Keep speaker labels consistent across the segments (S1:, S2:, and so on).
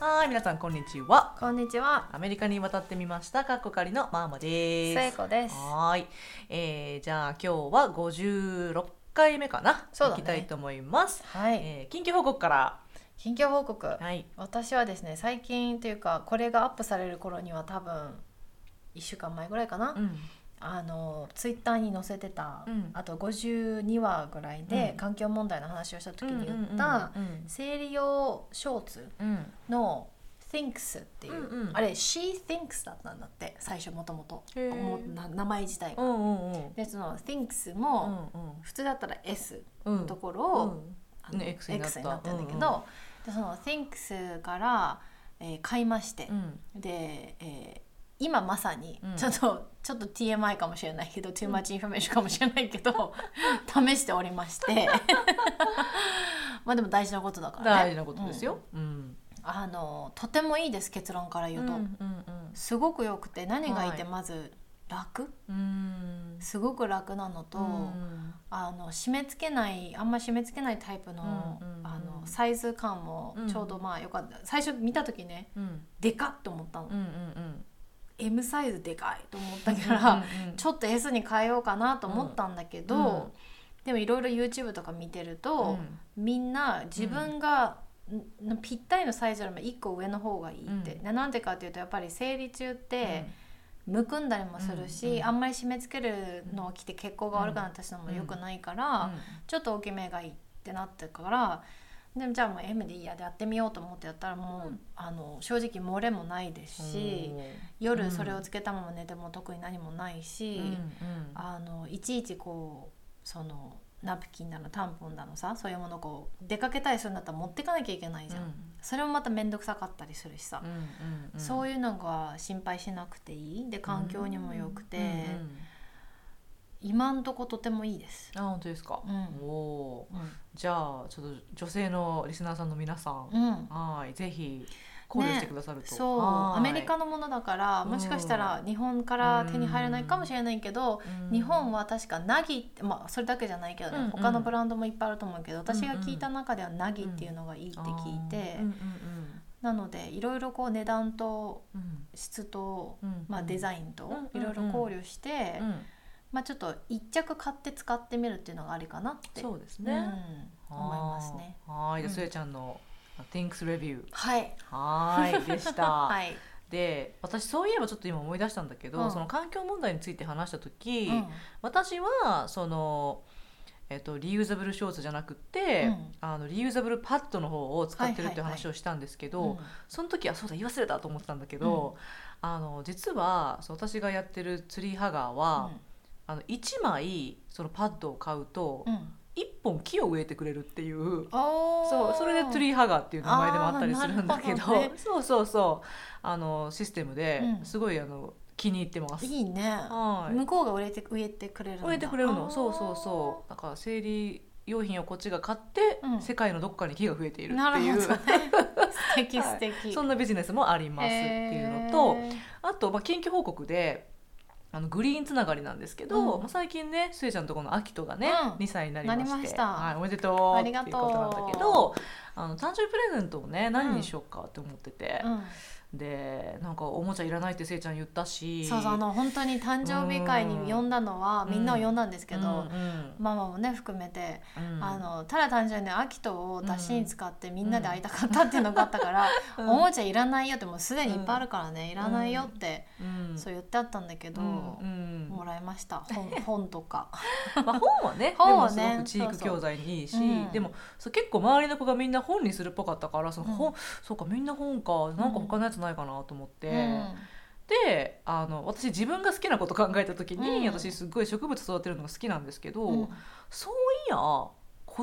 S1: はい、皆さんこんにちは。
S2: こんにちは。
S1: アメリカに渡ってみました。かっこかりのマーマです。
S2: 聖子です。
S1: はーい、えー、じゃあ今日は五十六回目かな。
S2: そうだね
S1: 行きたいと思います。
S2: はい。
S1: えー、緊急報告から。
S2: 近況報告。
S1: はい。
S2: 私はですね、最近というかこれがアップされる頃には多分一週間前ぐらいかな。
S1: うん。
S2: あのツイッターに載せてた、
S1: うん
S2: あと52話ぐらいで
S1: うん
S2: 環境問題の話をした時に言った、
S1: うん
S2: 生理用ショーツ
S1: うん。
S2: の Thinks っていう、
S1: うんうん
S2: あれ She Thinks だったんだって最初もともと
S1: へー
S2: もうな名前自体
S1: う
S2: が。
S1: んうんうん。
S2: でその Thinks
S1: う
S2: も、
S1: んうん
S2: 普通だったら S
S1: うん。
S2: のところを、あの
S1: ね X になった
S2: X になったんだけ
S1: う
S2: ど、
S1: ん
S2: でその Thanks から、えー買いまして
S1: う、ん。
S2: で、えー今まさに、
S1: うん
S2: ちょっとちょっと TMI かもしれないけど Too much information かもしれない けど試しておりまして まあでも大事なことだからね
S1: 大事なことですよ。うん。
S2: うんあのとてもいいです結論から言うと、
S1: うんうん
S2: すごく良くて何がいいって
S1: は
S2: まず楽、
S1: うん。うん。
S2: すごく楽なのと、
S1: うん
S2: あの締め付けないあんま締め付けないタイプの,、
S1: うんうんうん
S2: あのサイズ感もちょうどまあよかった、最初見た時ね
S1: うん
S2: でかっと思ったの、
S1: うんうん。
S2: M サイズでかいと思ったから、
S1: うんうん
S2: ちょっと S に変えようかなと思ったんだけど、
S1: うん
S2: でもいろいろ YouTube とか見てる
S1: う
S2: と、
S1: ん
S2: みんな自分が、んぴったりのサイズよりも1個上の方がいいって、
S1: うん
S2: でなんでかっていうとやっぱり生理中って、むくんだりもするし、
S1: うんうん
S2: あんまり締め付けるのを着て血行が悪くなったりするのも良くないから、ちょっと大きめがいいってなってからでもじゃあもう M でいいやでやってみようと思ってやったらもう、
S1: うん
S2: あの正直漏れもないですし、夜それをつけたまま寝ても特に何もないし、あのいちいちこうそのナプキンだのタンポンだのさそういうものをこう出かけたりするんだったら持ってかなきゃいけないじゃん、それもまた面倒くさかったりするしさ、そう
S1: い
S2: いうのが心配しなくていいで環境にも良くて、今んとことてもいいです。
S1: あ本当ですか、
S2: うん
S1: おー
S2: うん
S1: じゃあちょっと女性のリスナーさんの皆さん、
S2: うん
S1: はいぜひ考慮してくださると、
S2: そう
S1: は
S2: ア
S1: い
S2: メリカのものだからもしかしたら日本から手に入らないかもしれないけど、
S1: うん
S2: 日本は確かナギって、まあ、それだけじゃないけどね、
S1: うんうん
S2: 他のブランドもいっぱいあると思うけど私が
S1: うんうん
S2: 聞いた中ではナギっていうのがいいって聞いて、
S1: うん
S2: なのでいろいろこう値段と
S1: うんうん
S2: 質と、
S1: うん
S2: まあ、デ
S1: イ
S2: ザインと
S1: うんうんうん
S2: いろいろ考慮して、
S1: うん
S2: まあ、ちょっと一着買って使ってみるっていうのがありかなって
S1: そうです
S2: う
S1: ね、
S2: ん、思いますね。
S1: はーいじゃ
S2: う
S1: あ
S2: ん
S1: すえちゃんの Thanks Review
S2: はい、
S1: は ーいでした、
S2: はい、
S1: で私そういえばちょっと今思い出したんだけど、
S2: うん
S1: その環境問題について話した時、
S2: うん
S1: 私はその、えっとリユーザブルショーツじゃなくて、
S2: うん
S1: あのリユーザブルパッドの方を使ってるっていう
S2: はいはいはい
S1: 話をしたんですけど、
S2: うん
S1: その時あそうだ言い忘れたと思ってたんだけど、あの実はそう私がやってるツリーハガーは、あの1枚そのパッドを買うと、
S2: うんうん
S1: 1本木を植えてくれるっていう。
S2: おー
S1: そうそれでツリーハガーっていう名前でもあったりするんだけ
S2: あーな
S1: ど
S2: るほどね
S1: そうそうそうあのシステムで
S2: うん
S1: すごいあの気に入ってます。
S2: いいね。
S1: はい
S2: 向こうが植えて植えてくれるんだ。
S1: 植えてくれる
S2: あ
S1: の
S2: ー
S1: そうそうそうだから生理用品をこっちが買って、
S2: うん
S1: 世界のどっかに木が増えている
S2: な
S1: って
S2: る
S1: い
S2: ほ
S1: う
S2: どね。素敵素敵。
S1: そんなビジネスもありますっていうのと、あと、まあ、緊急報告であのグリーンつながりなんですけど、
S2: うん
S1: まあ、最近ねすえちゃんのところのアキトがね、
S2: うん
S1: 2歳になりまして
S2: なりました
S1: はい、おめでとう
S2: あ
S1: って
S2: り
S1: いうこ
S2: が
S1: とと
S2: う
S1: なんだけどあの誕生日プレゼントをね何にしようかって思ってて
S2: へー、うん
S1: でなんかおもちゃいらないってすえちゃん言ったし
S2: そうそうあの本当に誕生日会に呼んだのは
S1: うん
S2: みんなを呼んだんですけど、
S1: うんうん
S2: ママもね含めて、
S1: うん
S2: あのただ単純に秋とを出しに使ってみんなで会いたかったっていうのがあったから、おもちゃいらないよってもうすでにいっぱいあるからね、いらないよって、
S1: うん
S2: そう言ってあったんだけど、
S1: うんうん
S2: もらいました本本とか。
S1: まあ、本はね
S2: 本はね
S1: でもすごく地域教材にいいし
S2: そうそううん
S1: でもそう結構周りの子がみんな本にするっぽかったからその本、
S2: う
S1: そうかみんな本かなんか他のやつないかなと思って、
S2: うん
S1: であの私自分が好きなこと考えた時に、
S2: うん
S1: 私すっごい植物育てるのが好きなんですけど、
S2: うん
S1: そういや子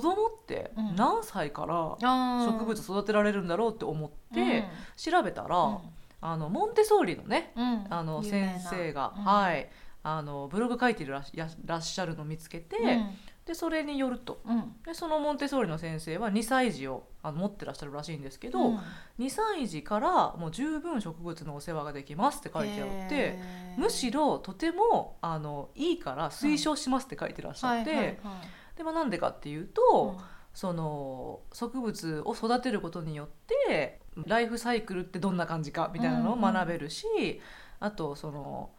S1: 供って
S2: うん
S1: 何歳から植
S2: 植
S1: 物育てられるんだろうって思って、調べたら、
S2: うん
S1: あのモンテソーリのね
S2: うん
S1: あの
S2: 有名
S1: 先
S2: な
S1: 生が、
S2: うん
S1: はいあのブログ書いてるらしやらっしゃるのを見つけて、
S2: うん
S1: でそれによると
S2: うん
S1: でそのモンテソーリの先生は2歳児をあの持ってらっしゃるらしいんですけど、
S2: うん
S1: 2歳児からもう十分植物のお世話ができますって書いてあって
S2: へー
S1: むしろとてもあのいいから推奨しますって書いてらっしゃって、
S2: はいはいはい
S1: でまあ、なんでかっていうと、その植物を育てることによってライフサイクルってどんな感じかみたいなのを
S2: うんうん
S1: 学べるし、あとその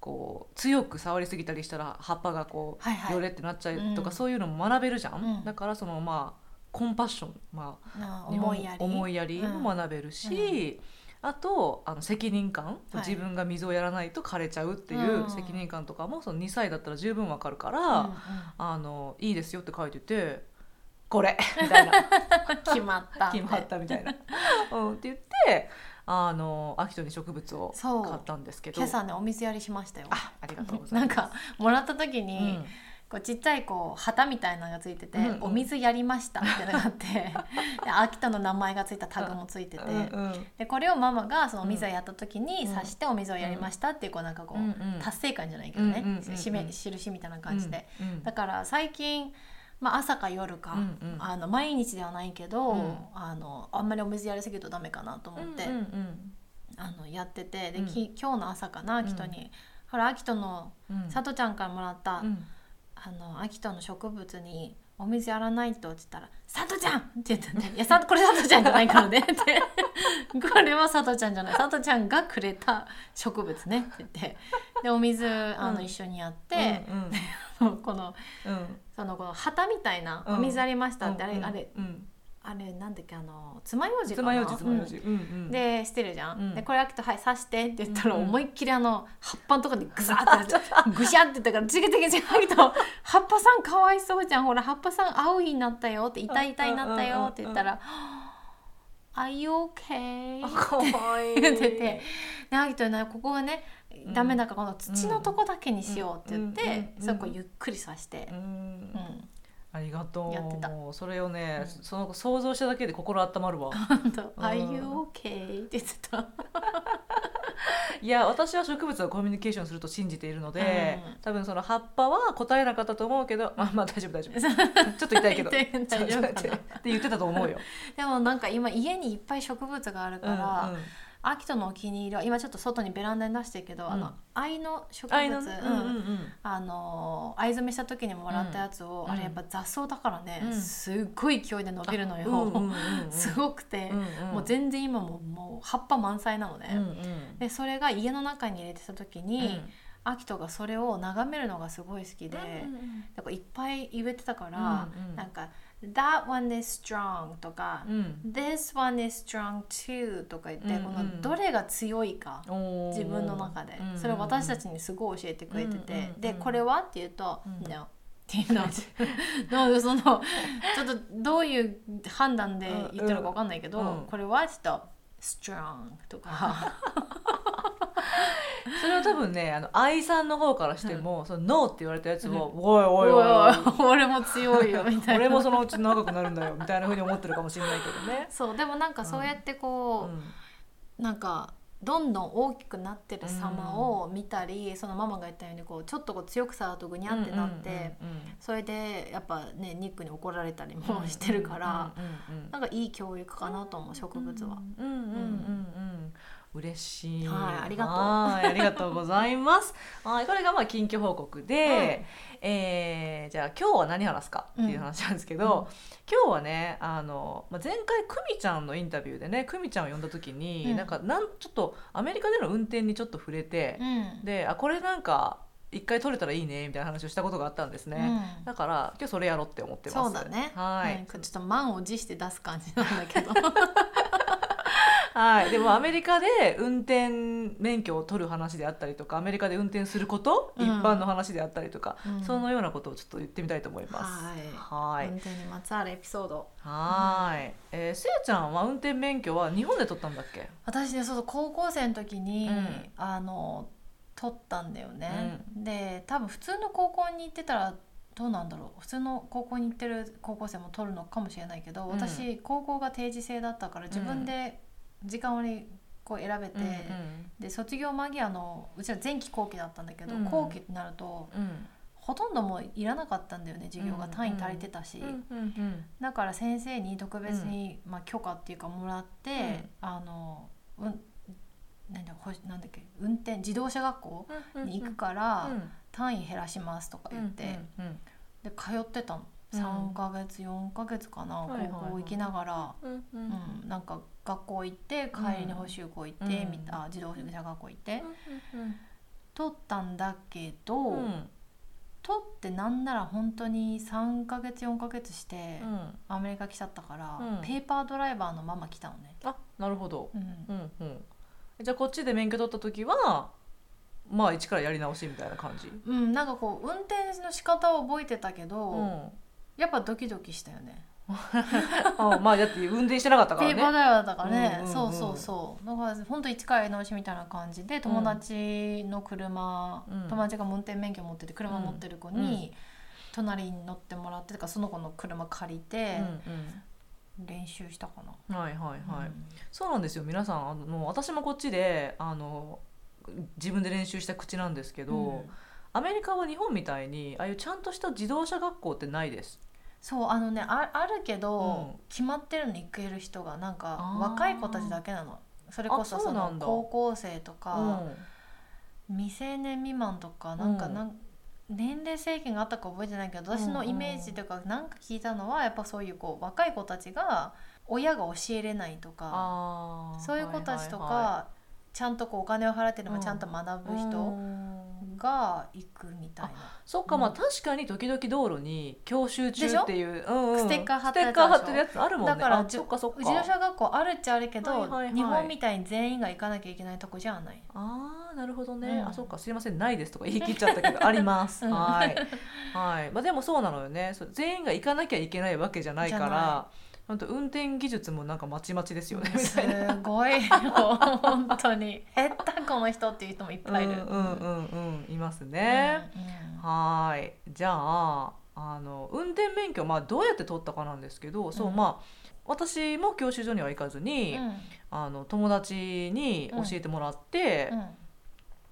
S1: こう強く触りすぎたりしたら葉っぱがこう、
S2: はいはい
S1: よれってなっちゃうとか、
S2: うん
S1: そういうのも学べるじゃん、
S2: うん
S1: だからそのまあコンパッション、まあ、
S2: な
S1: 日本
S2: 思いやり
S1: 思いやりも学べるし、あとあの責任感、
S2: い
S1: 自分が水をやらないと枯れちゃうっていううん責任感とかもその2歳だったら十分わかるから、
S2: うんうん
S1: あの「いいですよ」って書いてて「こ れ」みたいな
S2: 決まった
S1: 決まったみたいな。うん、って言ってあの秋人に植物を
S2: そう
S1: 買ったんですけど
S2: 今朝ねお水やりしましたよ
S1: あありがとうござい
S2: な
S1: ます。
S2: んかもらった時
S1: う
S2: に、
S1: ん、
S2: こうちっちゃいこう旗みたいなのがついてて
S1: うんうん
S2: お水やりました」みたいなのがあ ってで秋田の名前がついたタグもついてて、
S1: うんうん
S2: でこれをママがそのお水をやった時に
S1: うん
S2: 刺してお水をやりましたっていうこうなんかこう、
S1: うんうん
S2: 達成感じゃないけど
S1: う
S2: ね、
S1: んうんうんうん
S2: しめ印みたいな感じで、
S1: うんうん
S2: だから最近、まあ、朝か夜か、
S1: うんうん
S2: あの毎日ではないけど、
S1: うん
S2: あのあんまりお水やりすぎるとダメかなと思って、
S1: うんうん
S2: あのやっててで、
S1: うん
S2: き今日の朝かな秋人に、ほら秋人の
S1: うん
S2: さとちゃんからもらった、
S1: うん
S2: あの秋田の植物にお水やらないとって言ったら「佐藤ちゃん!」って言ったんで「いやさこれ佐藤ちゃんじゃないからね」って「これは佐藤ちゃんじゃない佐藤ちゃんがくれた植物ね」って言ってでお水あ
S1: う
S2: の
S1: ん
S2: 一緒にやって、
S1: うんうん
S2: この
S1: うん
S2: そのこの旗みたいな「
S1: うん
S2: お水ありました」って、
S1: うん
S2: あれあれ
S1: うん
S2: あれなんだっけあの爪楊枝かな
S1: 爪楊枝爪楊枝うんうん
S2: でしてるじゃん、
S1: うん
S2: でこれ秋と「はい刺して」って言ったら
S1: うんうん
S2: 思いっきりあの葉っぱのとこにグザーってや ってぐしゃって言ったから「ちげちげちげ」秋と「葉っぱさんかわいそうじゃんほら葉っぱさん青いになったよ」って「痛い痛いになったよ」って言ったら「Are you okay?」
S1: あかわ いい
S2: 言っててで秋とねここがね
S1: うん
S2: ダメだからこの土のとこだけにしようって言っ
S1: うん
S2: て、
S1: うん
S2: そこゆっくり刺して
S1: う、ん
S2: うん、
S1: ありがとう
S2: やってた
S1: それをね、
S2: うん
S1: その想像しただけで心温まるわ
S2: 本当 Are you okay?」って言ってた。
S1: いや私は植物はコミュニケーションすると信じているので、
S2: うん
S1: 多分その葉っぱは答えなかったと思うけど まあまあ大丈夫大丈夫 ちょっと痛いけど
S2: 痛い大丈夫かな
S1: ちょっと待ってって言ってたと思うよ、
S2: でもなんか今家にいっぱい植物がある
S1: う
S2: か
S1: んう
S2: ら、
S1: ん、
S2: 秋田のお気に入りは今ちょっと外にベランダに出してるけど、あ
S1: うん
S2: の藍の植
S1: 愛
S2: 物
S1: のうんうん
S2: うん
S1: うん
S2: あの藍染めした時にもらったやつを、
S1: うん
S2: あれやっぱ雑草だからね、
S1: うん
S2: すっごい勢いで伸びるのよ、
S1: うんうんうんうん
S2: すごくて、
S1: うんうん
S2: もう全然今ももう葉っぱ満載なのね、
S1: うんうん
S2: でそれが家の中に入れてた時
S1: うん
S2: に、秋人がそれを眺めるのがすごい好きで、なんかいっぱい植えてたから、
S1: うんうん
S2: なんか「That one is strong」とか
S1: うん
S2: This one is strong too とか言って、
S1: うんうん
S2: このどれが強いか
S1: おー
S2: 自分の中で、
S1: うんうん
S2: それを私たちにすごい教えてくれてて、
S1: うんうんうん
S2: でこれはって言うと
S1: うん
S2: 「No」っていうの なんかそのちょっとどういう判断で言ってるのかわかんないけど、
S1: うんうん
S2: これはちょっと「strong」とか
S1: それは多分ねあの愛さんの方からしても、そのノーって言われたやつを、おい
S2: 「
S1: お
S2: お
S1: い
S2: い
S1: おいおい
S2: おい俺も強いよ」みたいな
S1: 俺もそのうち長くなるんだよみたいなふうに思ってるかもしれないけどね。
S2: そうでもなんかそうやってこう、なんかどんどん大きくなってる様を見たり、そのママが言ったようにこうちょっとこう強く触るとぐにゃってなって、それでやっぱねニックに怒られたりもしてるから、なんかいい教育かなと思う植物は。。
S1: うんうんうんうんうん嬉しい。
S2: はいありがとう
S1: はいありがとうございます。 はい、これがまあ近況報告で、えーじゃあ今日は何話すかっていう話なんですけど、今日はねあの、まあ、前回久美ちゃんのインタビューでね久美ちゃんを呼んだ時に、
S2: うん
S1: なんかなんちょっとアメリカでの運転にちょっと触れて
S2: う、ん
S1: であこれなんか一回取れたらいいねみたいな話をしたことがあったんですね。
S2: うん
S1: だから今日それやろうって思ってます。
S2: そうだね。
S1: はい、
S2: うんちょっと満を持して出す感じなんだ けど。
S1: はい、でもアメリカで運転免許を取る話であったりとかアメリカで運転すること、
S2: うん
S1: 一般の話であったりとか、
S2: うん
S1: そのようなことをちょっと言ってみたいと思います。
S2: は。
S1: はいい
S2: 運転にまつわるエピソード。
S1: はい、えー、せいちゃんは運転免許は日本で取ったんだっけ、
S2: 私ねそうそう高校生の時に、
S1: うん
S2: あの取ったんだよね、で多分普通の高校に行ってたらどうなんだろう普通の高校に行ってる高校生も取るのかもしれないけど、
S1: ん
S2: 私高校が定時制だったから自分で時間割こう選べ
S1: う
S2: て、
S1: ん
S2: で卒業間際のうちは前期後期だったんだけど、
S1: うん
S2: 後期になると
S1: うん
S2: ほとんどもういらなかったんだよね授業が単位足りてたし、
S1: うんうんうん
S2: だから先生に特別に、まあ、許可っていうかもらって、あのうんなんだほなんだっけ運転自動車学校
S1: うん
S2: に行くから、
S1: うん
S2: 単位減らしますとか言って、
S1: うんうん
S2: で通ってたの
S1: うん
S2: 3ヶ月4ヶ月かな、
S1: はいはいはい
S2: 高校行きながら、
S1: うんう
S2: うん
S1: ん
S2: なんか学校行って帰りに補習校行って、
S1: うん
S2: みたあ自動保育者学校行って、
S1: うん
S2: 取ったんだけど、
S1: うんうん
S2: 取ってなんなら本当に3ヶ月4ヶ月して、
S1: うん
S2: アメリカ来ちゃったから、
S1: うん
S2: ペーパードライバーのまま来たのね。
S1: あなるほど
S2: うん
S1: うんうんじゃあこっちで免許取った時はまあ一からやり直しみたいな感じ
S2: うん、なんかこう運転の仕方を覚えてたけど、
S1: うん
S2: やっぱドキドキしたよね。
S1: あまあだって運転してなかったか
S2: ペ
S1: ら
S2: ーパー
S1: ね
S2: だよだからね、
S1: うんうんうん
S2: そうそうそうだから本当一回やり直しみたいな感じで友達の車、
S1: うん
S2: 友達が運転免許持ってて車持ってる子
S1: うんう
S2: に隣に乗ってもらっててかその子の車借りて
S1: うん
S2: 練習したかな、
S1: うんはいはいはい、
S2: うん
S1: そうなんですよ皆さんあの私もこっちであの自分で練習した口なんですけど、
S2: うん
S1: アメリカは日本みたいにああいうちゃんとした自動車学校ってないです。
S2: そうあのねああるけど、
S1: うん
S2: 決まってるのに行ける人がなんか
S1: あー
S2: 若い子たちだけなのそれこそ
S1: あそ
S2: そう
S1: な
S2: の
S1: んだ
S2: 高校生とか、
S1: うん
S2: 未成年未満とかなんか
S1: うん
S2: なん、年齢制限があったか覚えてないけど私のイメージというかなんか聞いたのはやっぱそういうこう若い子たちが親が教えれないとか
S1: あー
S2: そういう子たちとか、
S1: はいはいは
S2: ちゃんとこうお金を払ってでも
S1: うん
S2: ちゃんと学
S1: い
S2: ぶ
S1: う
S2: 人
S1: ん
S2: が行くみたいな。
S1: そっか、まあ
S2: うん
S1: 確かに時々道路に教習中
S2: でしょ
S1: っていう、うんうん
S2: ステッカー貼ってるや
S1: ス
S2: つ
S1: テッカー貼ってるやつあるもんね。
S2: だから
S1: あ
S2: じ
S1: そっかそっか。
S2: 自動車学校あるっちゃあるけど、
S1: はいはいはい
S2: 日本みたいに全員が行かなきゃいけないとこじゃない。
S1: ああなるほどね、
S2: うん
S1: あそっかすいませんないですとか言い切っちゃったけどあります、
S2: うん
S1: はいはいまあでもそうなのよねそう全員が行かなきゃいけないわけじゃないか
S2: じゃな
S1: ら本当運転技術もなんかまちまちですよねみ
S2: す
S1: たいな。
S2: ごいよ本当に「えったこの人」っていう人もいっ
S1: うんう
S2: ぱいい
S1: んう
S2: る。
S1: んうんいますね。
S2: うんうん
S1: はーいじゃああの運転免許まあどうやって取ったかなんですけど、そう
S2: うん
S1: まあ私も教習所には行かずに、あの友達に教えてもらって、
S2: うんうん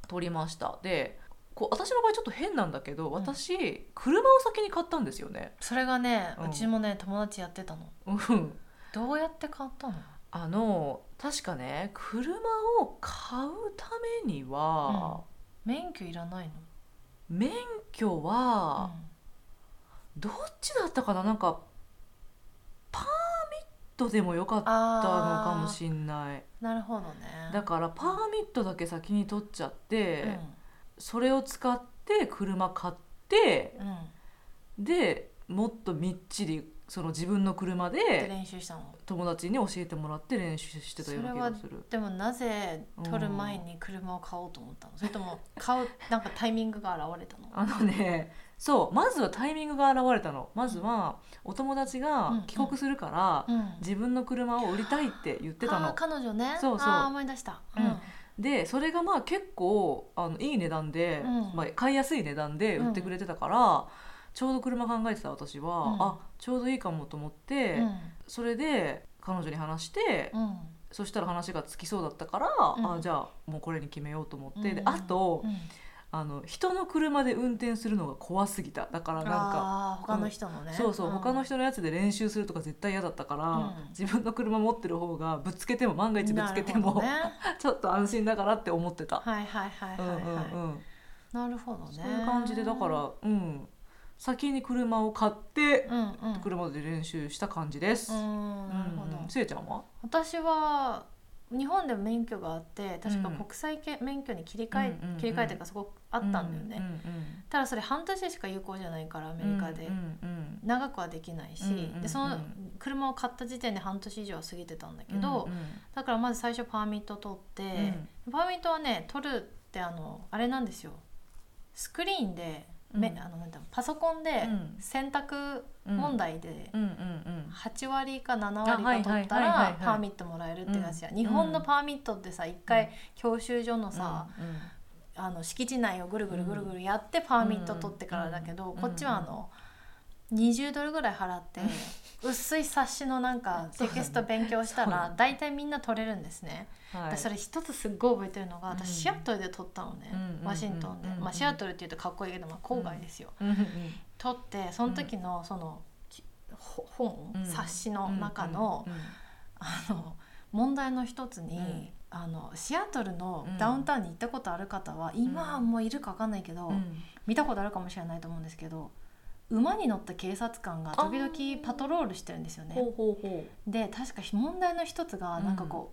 S1: 取りましたでこう私の場合ちょっと変なんだけど
S2: ん
S1: 私、車を先に買ったんですよね
S2: それがね、
S1: う
S2: うんちもね友達やってたの
S1: うん
S2: どうやって買ったの、
S1: あの確かね車を買うためには、
S2: 免許いらないの、
S1: 免許は、どっちだったかななんかパーミットでもよかったのかも
S2: れ
S1: しんない
S2: ないなるほどね
S1: だからパーミットだけ先に取っちゃって、それを使って車買って
S2: うんうん
S1: でもっとみっちりその自分の車
S2: で
S1: で
S2: 練習したの
S1: 友達に教えてもらって練習してたような気がする
S2: でもなぜ取る前に車を買おうと思ったの、それとも買うなんかタイミングが現れたの
S1: あのねそうまずはタイミングが現れたのまずはお友達
S2: うんう
S1: が
S2: ん
S1: 帰国するから、
S2: うん
S1: 自分の車を売りたいって言ってた
S2: あー
S1: の
S2: 彼女ね
S1: そうそう
S2: あー思い出した、
S1: うんでそれがまあ結構あのいい値段で、
S2: うん
S1: まあ、買いやすい値段で売ってくれてたから、ちょうど車考えてた私は、
S2: うん
S1: あちょうどいいかもと思って、それで彼女に話して、
S2: うんうん
S1: そしたら話がつきそうだったから、
S2: うん
S1: あじゃあもうこれに決めようと思って、で
S2: うん
S1: あと、
S2: うん
S1: あの人の車で運転するのが怖すぎただからなんか。
S2: あー他の人のね、
S1: そうそう、
S2: ん
S1: 他の人のやつで練習するとか絶対嫌だったから、
S2: うん
S1: 自分の車持ってる方がぶつけても万が一ぶつけて
S2: なるほ
S1: も、
S2: どね
S1: ちょっと安心だからって思ってた。
S2: はいはいはいはい
S1: うんう
S2: は
S1: ん
S2: い、
S1: うん
S2: なるほどね
S1: そういう感じでだから、うん、先に車を買って、
S2: うんうん
S1: 車で練習した感じです。
S2: う
S1: うん
S2: んなるほど、
S1: うんせいちゃんは？
S2: 私は日本でも免許があって確か
S1: うん
S2: 国際系免許に切り替え、
S1: うんうんうん
S2: 切り替えていうかすごくあったんだよね、
S1: うんうんうん
S2: ただそれ半年しか有効じゃないからアメリカで、
S1: うんうん
S2: 長くはできないし、
S1: うんうんうん
S2: でその車を買った時点で半年以上は過ぎてたんだけど、
S1: うん
S2: だからまず最初パーミット取っ
S1: うん
S2: て、パーミットはね取るってあのあれなんですよスクリーンで、め
S1: うん
S2: あのなんだろうパソコンで
S1: うん
S2: 選択
S1: うん
S2: 問題で、
S1: うんうんうん
S2: 8割か7割
S1: あはい
S2: か
S1: はい
S2: 取った
S1: はいはいは
S2: ら
S1: い
S2: パーミットもらえるって感じや、
S1: うん
S2: 日本のパーミットってさ一回教習所のさ、
S1: うんうん
S2: あの敷地内をぐるぐるぐるぐるやってパーミット取ってからだけど、
S1: うん
S2: こっちはあの20ドルぐらい払って、薄い冊子のなんかテキスト勉強した
S1: そうな
S2: ら
S1: ん
S2: 大体みんな取れるんですね。
S1: はい
S2: でそれ一つすっごい覚えてるのが
S1: うん
S2: 私シアトルで撮ったのね、
S1: うんうんうん
S2: ワシントンで、
S1: うんうん
S2: まあ、シアトルっていうとかっこいいけど、まあ、郊外ですよ、
S1: うんうん
S2: 撮ってその時のその、きほ本、
S1: うん
S2: 冊子の中の,、
S1: うんうん
S2: あの問題の一つに、
S1: うん
S2: あのシアトルのダウンタウンに行ったことある方は、今はもういるか分かんないけど、
S1: うん
S2: 見たことあるかもしれないと思うんですけど馬に乗った警察官が時々パトロールしてるんですよね。
S1: ほうほうほ
S2: で確か問題の一つがなんかこ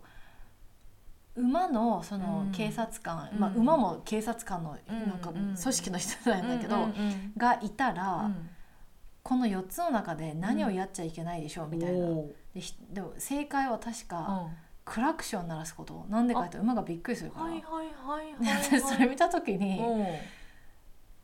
S2: う、馬のその
S1: うん
S2: 警察官、
S1: うん
S2: まあ、馬も警察官の
S1: うん
S2: なんか
S1: うん
S2: 組織の人な
S1: うん
S2: だけど、
S1: うんうん
S2: がいた
S1: う
S2: ら、
S1: ん
S2: この4つの中で何をやっちゃいけないでしょうみたいな、
S1: おー
S2: でひでも正解は確か、
S1: うん
S2: クラクション鳴らすことなんでかって馬がびっくりするから、
S1: はいはい
S2: で
S1: はいはい はい
S2: 私それ見た時に、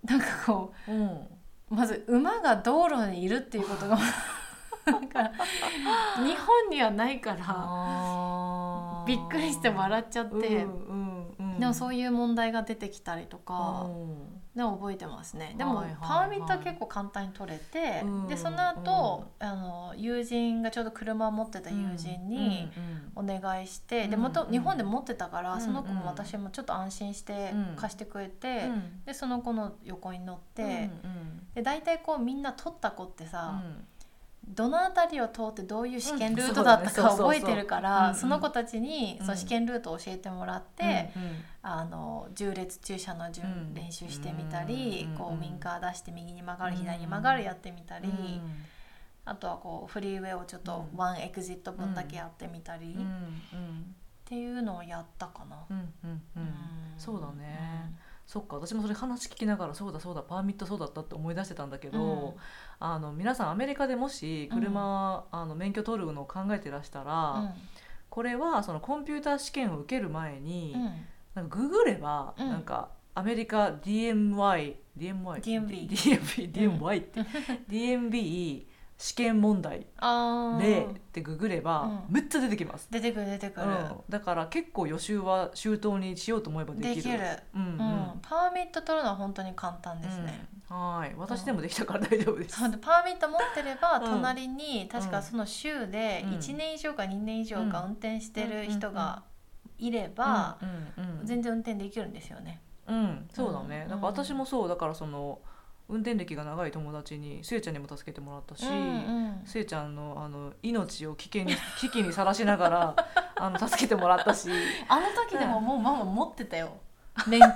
S2: なんかこ
S1: うんうん
S2: うまず馬が道路にいるっていうことが なんか日本にはないから
S1: あー
S2: びっくりして笑っちゃって、
S1: うんうんうん
S2: でもそういう問題が出てきたりとか、
S1: うん
S2: でも覚えてますねでも
S1: はいはいはい
S2: パーミットは結構簡単に取れて、
S1: うん
S2: でその後、あの友人がちょうど車を持ってた友人に。お願いして、で
S1: うん
S2: もと
S1: うん
S2: 日本で持ってたから、
S1: うん
S2: その子
S1: う
S2: も
S1: ん
S2: 私もちょっと安心して
S1: うん
S2: 貸してくれて、
S1: うんうん
S2: でその子の横に乗って、
S1: うんうん
S2: で大体こうみんな取った子って
S1: う
S2: さ、
S1: ん
S2: どの辺りを通ってどういう試験ルー
S1: う
S2: ト
S1: ん
S2: だった
S1: そうだ
S2: か
S1: ねそうそう
S2: 覚
S1: そう
S2: えてるか
S1: うんう
S2: ら
S1: ん
S2: その子たちに
S1: うん
S2: その試験ルートを教えてもらって、
S1: うんうん
S2: あの縦列駐車の順
S1: うん
S2: 練習してみたり、
S1: うん
S2: こうウィンカー出して右に曲がる
S1: うん
S2: 左に曲がるやってみたり、
S1: うん
S2: あとはこうフリーウェイをちょっと
S1: うん
S2: ワンエクジット分だけやってみたり。
S1: うんうん
S2: っていうのをやったかな。
S1: うんうんうんそうだねそっか私もそれ話聞きながらそうだそうだパーミットそうだったって思い出してたんだけ
S2: うん。
S1: ど、あの皆さんアメリカでもし車、あの免許取るのを考えてらしたら、これはそのコンピューター試験を受ける前に、
S2: うん
S1: なんかググれば、
S2: うん
S1: なんかアメリカ DMY DMY
S2: DMV
S1: DMV DMY って、DMB 試験問題
S2: あー
S1: 例ってググれば、
S2: うん
S1: めっちゃ出てきます、
S2: 出てくる出てく
S1: う
S2: る。
S1: ん、だから結構予習は周到にしようと思えばでき
S2: で
S1: る
S2: きる。
S1: うんう
S2: うんん。パーミット取るのは本当に簡単ですね。
S1: うんはい私でもできたから大丈夫です
S2: そうでパーミット持ってれば
S1: うん
S2: 隣に確かその州で
S1: うん
S2: 1年以上か2年以上か
S1: うん
S2: 運転してる人がいれば
S1: うんうんうん
S2: 全然運転できるんですよね。
S1: うんそうだね、
S2: うん
S1: なんか私もそうだからその運転歴が長い友達にせいちゃんにも助けてもらったし、
S2: うん
S1: せいちゃんのあの命を危険に 危機にさらしながら あの助けてもらったし
S2: あの時でももうママ持ってたよ。 免許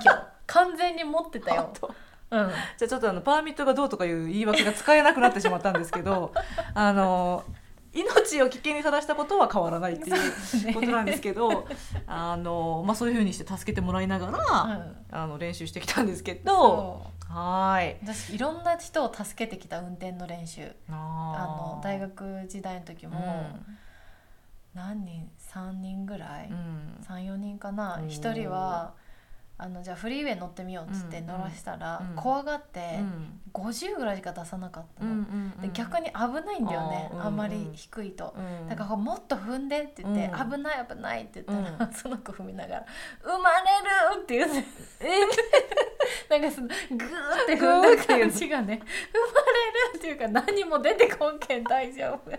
S2: 完全に持ってたよ。
S1: あと
S2: うん。
S1: じゃあちょっとあのパーミットがどうとかいう言い訳が使えなくなってしまったんですけど あの命を危険にさらしたことは変わらないっていうことなんですけどあの、まあ、そういうふうにして助けてもらいなが
S2: う
S1: ら、
S2: ん
S1: あの練習してきたんですけど
S2: そう。
S1: はーい
S2: 私いろんな人を助けてきた運転の練習あの大学時代の時も、何人3人ぐらい、
S1: うんうん
S2: 34人かな
S1: おー
S2: 1人はあのじゃあフリーウェイ乗ってみようっつって
S1: うん
S2: 乗らしたら、
S1: うん
S2: 怖がって
S1: うん
S2: 50ぐらいしか出さなかった
S1: うん
S2: の、
S1: うんうん
S2: で逆に危ないんだよね
S1: あーうん
S2: あんまり低いと。
S1: うん
S2: だからもっと踏んでって言って、
S1: うん
S2: 危ない危ないって言ったら、
S1: う
S2: その子踏みながら「生まれる!」って言ってえ なんかそのグーって踏んだ感じがね「生まれる!」っていうか何も出てこんけん大丈夫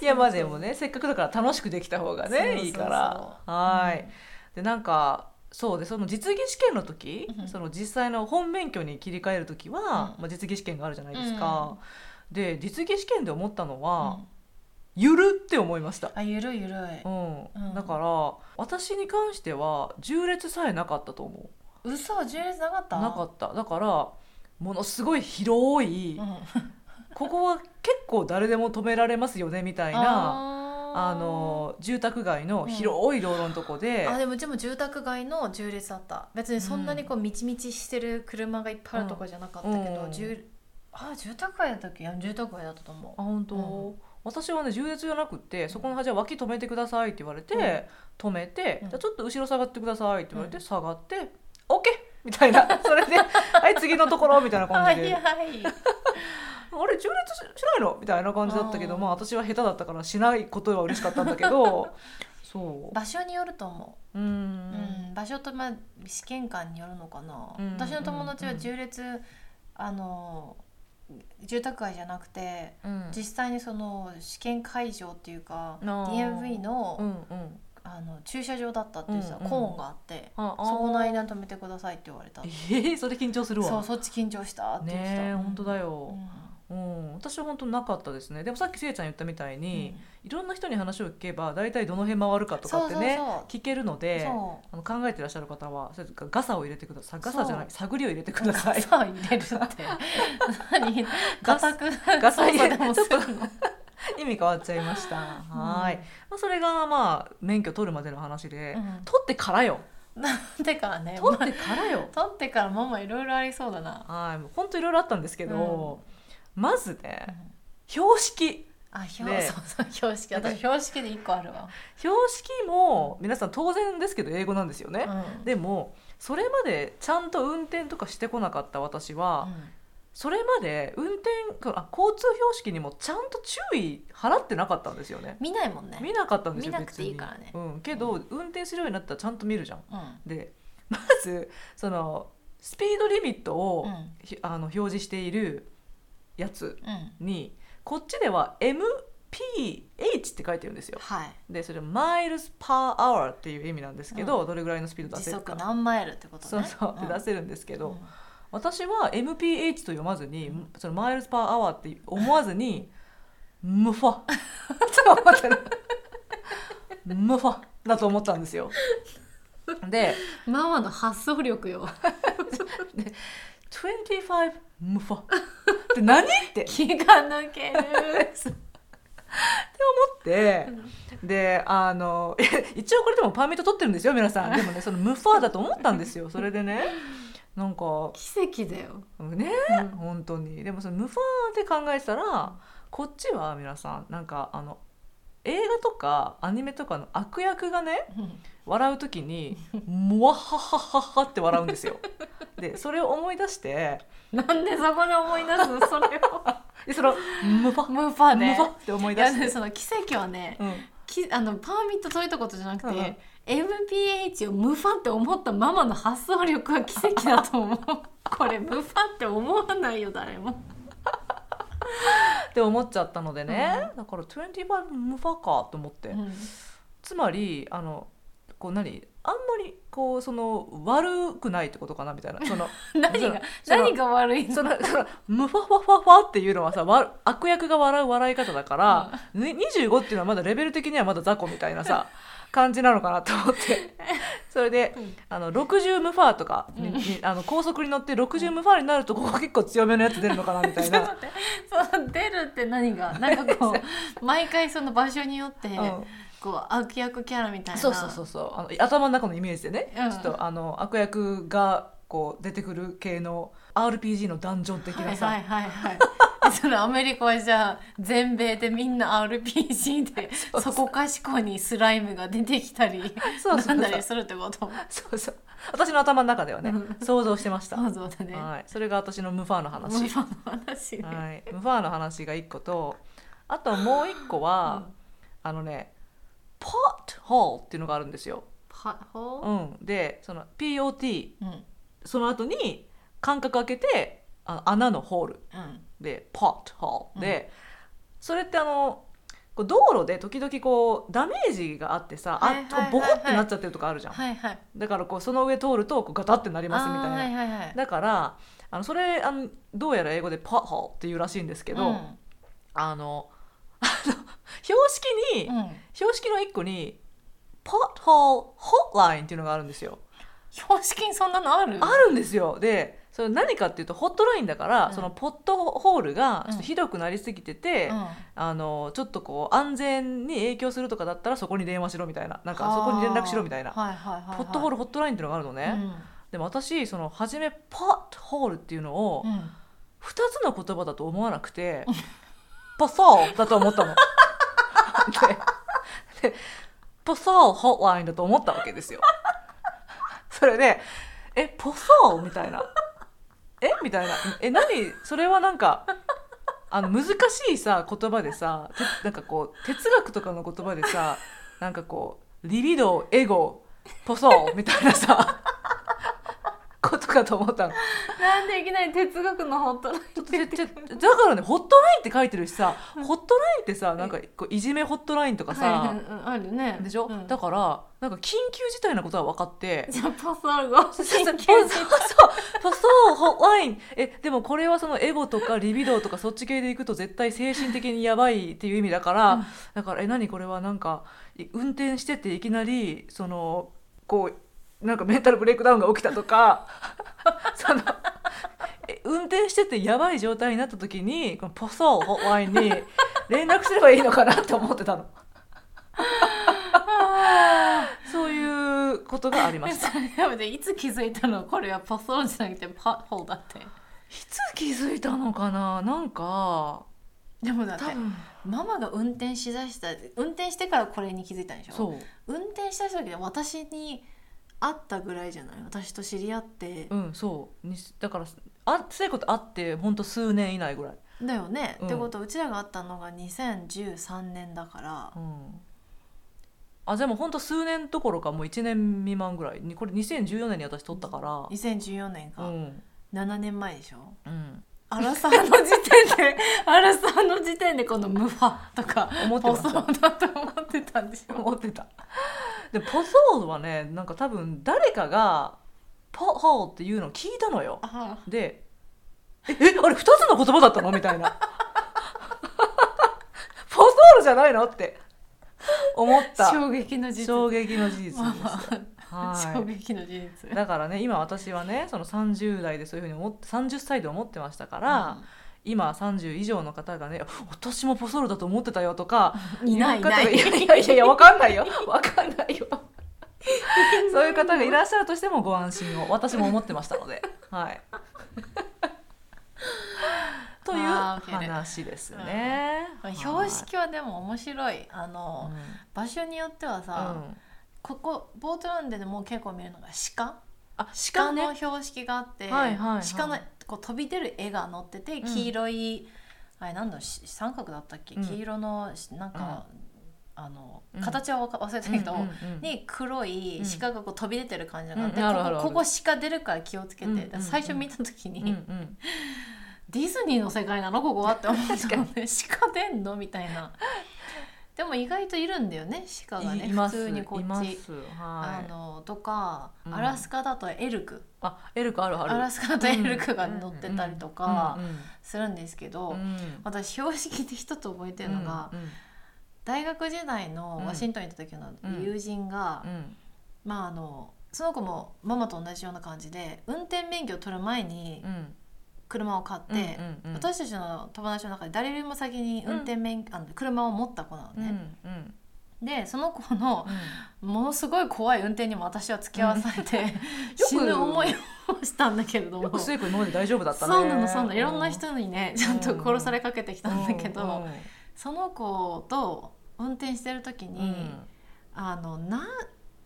S1: いやまあでもねせっかくだから楽しくできた方がね
S2: そうそうそう
S1: いいからはーい、でなんかそうでその実技試験の時、
S2: うん
S1: その実際の本免許に切り替える時は、
S2: うん
S1: まあ、実技試験があるじゃないですか、で実技試験で思ったのは、
S2: あ
S1: ゆるって思いました、
S2: あゆるいゆるい
S1: うん
S2: うん
S1: だから私に関しては縦列さえなかったと思
S2: 嘘純烈なかっ
S1: う
S2: た
S1: なかっただからものすごい広い、
S2: うん
S1: ここは結構誰でも止められますよねみたいなあ
S2: あー
S1: の住宅街の広い道路のとこで、
S2: あでもうちも住宅街の縦列だった別にそんなにこうみちみちしてる車がいっぱいあるとかじゃなかったけど、
S1: うん
S2: 住あ住宅街だったっけいや住宅街だったと思う
S1: あ本当、
S2: う
S1: 私はね重列じゃなくってそこの端は脇止めてくださいって言われて、止めて、
S2: うん
S1: じゃあちょっと後ろ下がってくださいって言われて、
S2: うん
S1: 下がって「OK!」みたいな それで「はい次のところ」みたいな感 じで「あ
S2: 早い
S1: れ重列しないの?」みたいな感じだったけど
S2: あー
S1: まあ私は下手だったからしないことは嬉しかったんだけ どそう
S2: 場所によると思
S1: うー
S2: う、
S1: ん
S2: うん、場所と、まあ、試験官によるのかな、
S1: うん
S2: 私の友達
S1: う
S2: は
S1: ん
S2: 縦列、あの住宅街じゃなくて
S1: うん
S2: 実際にその試験会場っていうか
S1: あー
S2: DMV の,、
S1: うんうん
S2: あの駐車場だったっていうさ、
S1: うんうん
S2: コーンがあって
S1: ああー
S2: そこの間に止めてくださいって言われた
S1: えー、それ緊張するわ
S2: そうそっち緊張したって言ってた
S1: ねえ本当だよ、
S2: うん
S1: うん、私は本当なかったですねでもさっきせいちゃん言ったみたいに、いろんな人に話を聞けば大体どの辺回るかとかってね
S2: そうそう
S1: 聞けるの
S2: うん
S1: で
S2: そ
S1: あの考えてらっしゃる方はそれかガサを入れてくださいガサじゃない探りを入れてくださ
S2: う
S1: い
S2: そう入れるって何
S1: ガ
S2: ガ
S1: サ
S2: サく
S1: ガサ入れ
S2: 操作でもするの
S1: 意味変わっちゃいましたはい、まあ、それがまあ免許取るまでの話で、
S2: うん
S1: 取ってからよ
S2: うんてかね
S1: 取ってからよ
S2: 取ってからママいろいろありそうだな。
S1: はいもう本当いろいろあったんですけど、まずね標識
S2: あ、標
S1: ね
S2: そうそう標識。
S1: なんか
S2: 私標識で一個あるわ。
S1: 標識も皆さん当然ですけど英語なんですよね、
S2: うん
S1: でもそれまでちゃんと運転とかしてこなかった私は、それまで運転あ交通標識にもちゃんと注意払ってなかったんですよね
S2: 見ないもんね。
S1: 見なかったんですよ
S2: 見なくていいからね
S1: 別にうん、けど運転するようになったらちゃんと見るじゃん
S2: うん。
S1: でまずそのスピードリミットを、
S2: うん。
S1: ひあの表示しているやつ
S2: うん。
S1: にこっちでは MPH って書いてるんですよ
S2: はい。
S1: でそれマイルスパーアワーっていう意味なんですけど、どれぐらいのスピード出
S2: 時
S1: せるか
S2: 速何マイルってことね。
S1: そうそう、
S2: ん
S1: で出せるんですけど、
S2: うん
S1: 私は MPH と読まずに、そのマイルスパーアワーって思わずに「ムファ」と思ってる「ムファ」だと思ったんですよ。で
S2: ママの発想力よ。
S1: 「25ムファ」って何って
S2: 気が抜ける。
S1: ってであの 一応これでもパーミット取ってるんですよ皆さんでもねそのムファーだと思ったんですよそれでねなんか
S2: 奇跡だよ。
S1: ね、
S2: うん
S1: 本当にでもそのムファーって考えてたらこっちは皆さんなんかあの映画とかアニメとかの悪役がね
S2: うん
S1: 笑う時に「もわはははは」って笑うんですよ。でそれを思い出して
S2: なんでそこで思い出すのそれ を。
S1: でその「ムファ」
S2: ムーパー
S1: ム
S2: で。
S1: ファって思い
S2: い
S1: 出
S2: や
S1: して
S2: ね、。その奇跡はね、
S1: うん
S2: きあのパーミット取れたことじゃなく
S1: うん
S2: て、MPH をムファって思ったママの発想力は奇跡だと思う これムファって思わないよ誰も
S1: って思っちゃったのでね、だから25ムファかと思って、
S2: うん
S1: つまりあのこう何あんまりこうその悪くないってことかなみたいなそ の
S2: 何が
S1: その
S2: 何が悪いの
S1: そのそのムファファファファっていうのはさわ悪役が笑う笑い方だから、ね25っていうのはまだレベル的にはまだ雑魚みたいなさ感じなのかなと思 ってそれで
S2: うん
S1: あの60ムファーとかに、にあの高速に乗って60ムファーになるとここ結構強めのやつ出るのかなみたい
S2: ち ょっと
S1: な。
S2: 待ってその出るって何がなんか こう毎回その場所によって、
S1: うん
S2: こう悪役キャラみたいな
S1: そうそうそうそうあの頭の中のイメージでね、
S2: うん
S1: ちょっとあの悪役がこう出てくる系の RPG のダンジョン的
S2: は
S1: ないさ、
S2: はいはいはい そのアメリカはじゃあ全米でみんな RPG で
S1: うそ
S2: そこかしこにスライムが出てきたり
S1: そうそうそう
S2: なんだりするってこと
S1: そうそう私の頭の中ではね
S2: う
S1: 想像してました、
S2: そうそうだね。
S1: はい、それが私のムファーの
S2: もう
S1: 話、
S2: 今の話ね。
S1: はい、ムファーの話が1個とあともう1個は、
S2: うん
S1: あのねポットホールっていうのがあるんですよ、
S2: パホ
S1: う
S2: ー。
S1: ん、でその POT
S2: うんうん
S1: その後に間隔空けてあの穴のホールでポットホールで、それってあのこう道路で時々こうダメージがあってさ、
S2: はいはいはいは
S1: あ
S2: い
S1: ボコってなっちゃってるとかあるじゃん、
S2: はいはい。
S1: だからこうその上通るとこうガタってなりますみたい
S2: あー
S1: な、
S2: はいはいはい。
S1: だからあのそれあのどうやら英語でポッホールっていうらしいんですけど、
S2: う
S1: あ
S2: ん
S1: のあの標識に、
S2: うん
S1: 標識の一個にポッホールホットラインっていうのがあるんですよ、
S2: 標識にそんなのある？
S1: あるんですよでそれ何かっていうとホットラインだから、
S2: うん
S1: そのポットホールが
S2: うん
S1: ちょっとひどくなりすぎてて、
S2: うん。
S1: あのちょっとこう安全に影響するとかだったらそこに電話しろみたいななんか
S2: あー
S1: そこに連絡しろみたいな、
S2: はいはいはいはい。
S1: ポットホー
S2: ル
S1: ルホットラインっていうのがあるのね、でも私その初めポットホールっていうのを
S2: うん。うん
S1: 2つの言葉だと思わなくて、ポソールだと思ったの。ででポソールホットラインだと思ったわけですよ。それでえポソールみたいなえみたいなえ何それはなんかあの難しいさ言葉でさてなんかこう哲学とかの言葉でさなんかこうリビドーエゴポソールみたいなさことがかと思ったの
S2: なんでいきなり哲学のホットラインって言って
S1: ちょ だからねホットラインって書いてるしさホットラインってさなんかこういじめホットラインとか
S2: はい
S1: さ
S2: うんあるね
S1: でしょ、
S2: うん
S1: だからなんか緊急事態なことは分かって
S2: じゃあパスあるわ
S1: そうそうそう
S2: 緊急事態
S1: そうそうホワインえでもこれはそのエゴとかリビドーとかそっち系でいくと絶対精神的にやばいっていう意味だから、
S2: うん
S1: だからえ何これはなんかい運転してていきなりそのこうなんかメンタルブレイクダウンが起きたとかそのえ運転しててやばい状態になった時にこのポソーホワインに連絡すればいいのかなって思ってたのそういうことがありま
S2: え
S1: した
S2: それやめていつ気づいたのこれはパスワードじゃなくてパッホーだって
S1: いつ気づいたのかななんか
S2: でもだって
S1: 多分
S2: ママが運転しだした運転してからこれに気づいたんでしょ
S1: そう
S2: 運転した時で私に会ったぐらいじゃない私と知り合って
S1: う、んそうにだからあ聖子と会ってほんと数年以内ぐらい、
S2: だよね、
S1: うん
S2: ってことはうちらが会ったのが2013年だから
S1: うん、あでもほんと数年どころかもう1年未満ぐらいにこれ2014年に私撮ったから
S2: 2014年
S1: う
S2: か、
S1: ん
S2: 7年前でしょ
S1: うん
S2: アラサーの時点 でアラサーの時点でこの「ムファ」とか
S1: 思って
S2: 放
S1: ました
S2: 送だと思ってたんでしょ
S1: 思ってたでポソーはねなんか多分誰かが「ポホー」っていうのを聞いたのよ
S2: あ
S1: で「ええあれ2つの言葉だったの?」みたいな 「ポソールじゃないの?」って思った
S2: 衝撃の事実
S1: 衝撃の事実です、
S2: まあまあ衝
S1: は
S2: 撃の事実
S1: い、だからね今私はねその30代でそういうふうに思って30歳で思ってましたから、今30以上の方がね「私もポソールだと思ってたよ」とか
S2: うん いないい
S1: 言う方
S2: な
S1: が
S2: い
S1: いやいやいやいやわかんないよわかんないよそういう方がいらっしゃるとしてもご安心を私も思ってましたのではいという
S2: あー OK ね
S1: 話ですね、はい
S2: 標識はでも面白いあの、
S1: う
S2: 場所によっては
S1: ん
S2: さ、
S1: うん
S2: ここボートランデでも結構見るのが鹿
S1: あ
S2: 鹿
S1: 鹿
S2: の
S1: ね
S2: 標識があって、
S1: はいはいはい
S2: 鹿のこう飛び出る絵が載ってて
S1: ん
S2: 黄色い、あれなんだし三角だったっけ、
S1: うん
S2: 黄色のしなんか、あの
S1: うん
S2: 形はわか忘れたけど、
S1: うんうんうん
S2: に黒い
S1: うん
S2: 鹿がこう飛び出てる感じがあって、
S1: うんあるあるある
S2: ここここ鹿出るから気をつけて、
S1: うんうんうん
S2: 最初見た時に、
S1: うんうん
S2: ディズニーの世界なのここはって思った
S1: 確か
S2: のね鹿出んのみたいなでも意外といるんだよね鹿がね
S1: い
S2: 普
S1: ます
S2: 通にこ
S1: い
S2: っ
S1: ま
S2: ち。
S1: す
S2: あ
S1: はい
S2: のとか、
S1: うん
S2: アラスカだとエルク
S1: あエルクあるある
S2: アラスカだとエルクが乗ってたりとかするんですけど、
S1: うんうんうんうんうん
S2: 私標識で一つ覚えてるのが、
S1: うん
S2: 大学時代のワシントンに行った時の友人が、
S1: うん
S2: まああのその子もママと同じような感じで運転免許を取る前に
S1: うん
S2: 車を買って、
S1: うんうんうん
S2: 私たちの友達の中で誰よりも先に運転免、あの車を持った子なのね、
S1: うんうん
S2: でその子の
S1: う
S2: ものすごい怖い運転にも私は付き合わされ て、
S1: く
S2: 死ぬ思いをしたんだけれど
S1: んよ
S2: も
S1: く末子今まで大丈夫だったね
S2: そうなのそうなのいろんな人にねちゃんと殺されかけてきたんだけど、
S1: うんうん
S2: その子と運転してる時に、あのな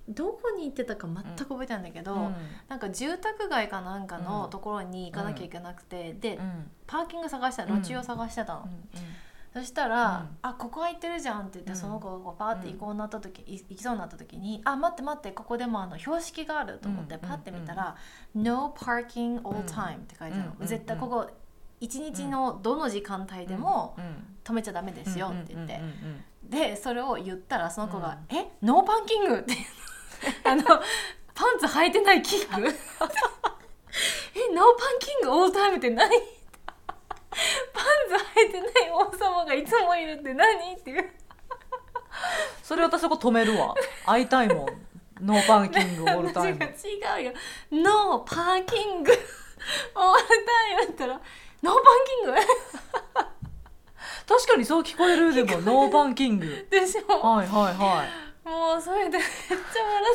S2: どこに行ってたか全く覚えてないんだけど、
S1: うん
S2: なんか住宅街かなんか
S1: う
S2: の
S1: ん
S2: ところに行かなきゃいけなくて、で
S1: うん
S2: パーキング探した
S1: う
S2: 路
S1: ん
S2: 地を探してたの、
S1: う
S2: そしたら「
S1: うん
S2: あここ空いてるじゃん」って言って、
S1: うん
S2: その子がこうパーって行こうになった時、い行きそうになった時に「あ待って待ってここでもあの標識がある」と思って
S1: うん
S2: パッて見たら「No parking all time」って書いてあるの、
S1: うん
S2: 絶対ここ一日のどの時間帯
S1: ん
S2: でも
S1: うん
S2: 止めちゃダメですよって言って、
S1: うんうんうん
S2: でそれを言ったらその子が「えノーパンキング」ってあのパンツ履いてないキン グえノーパンキングオールタイムって何パンツ履いてない王様がいつもいるって何っていう
S1: それ私そこ止める わ会いたいもんノーパンキングオール
S2: 話が
S1: タイ
S2: 違
S1: ム
S2: うよ「ノーパーキン グオールタイム」だったら「ノーパンキング」
S1: 確かにそう聞こえるでもノーパンキング
S2: でしょ
S1: はいはいはい
S2: もうそれでめっちゃ笑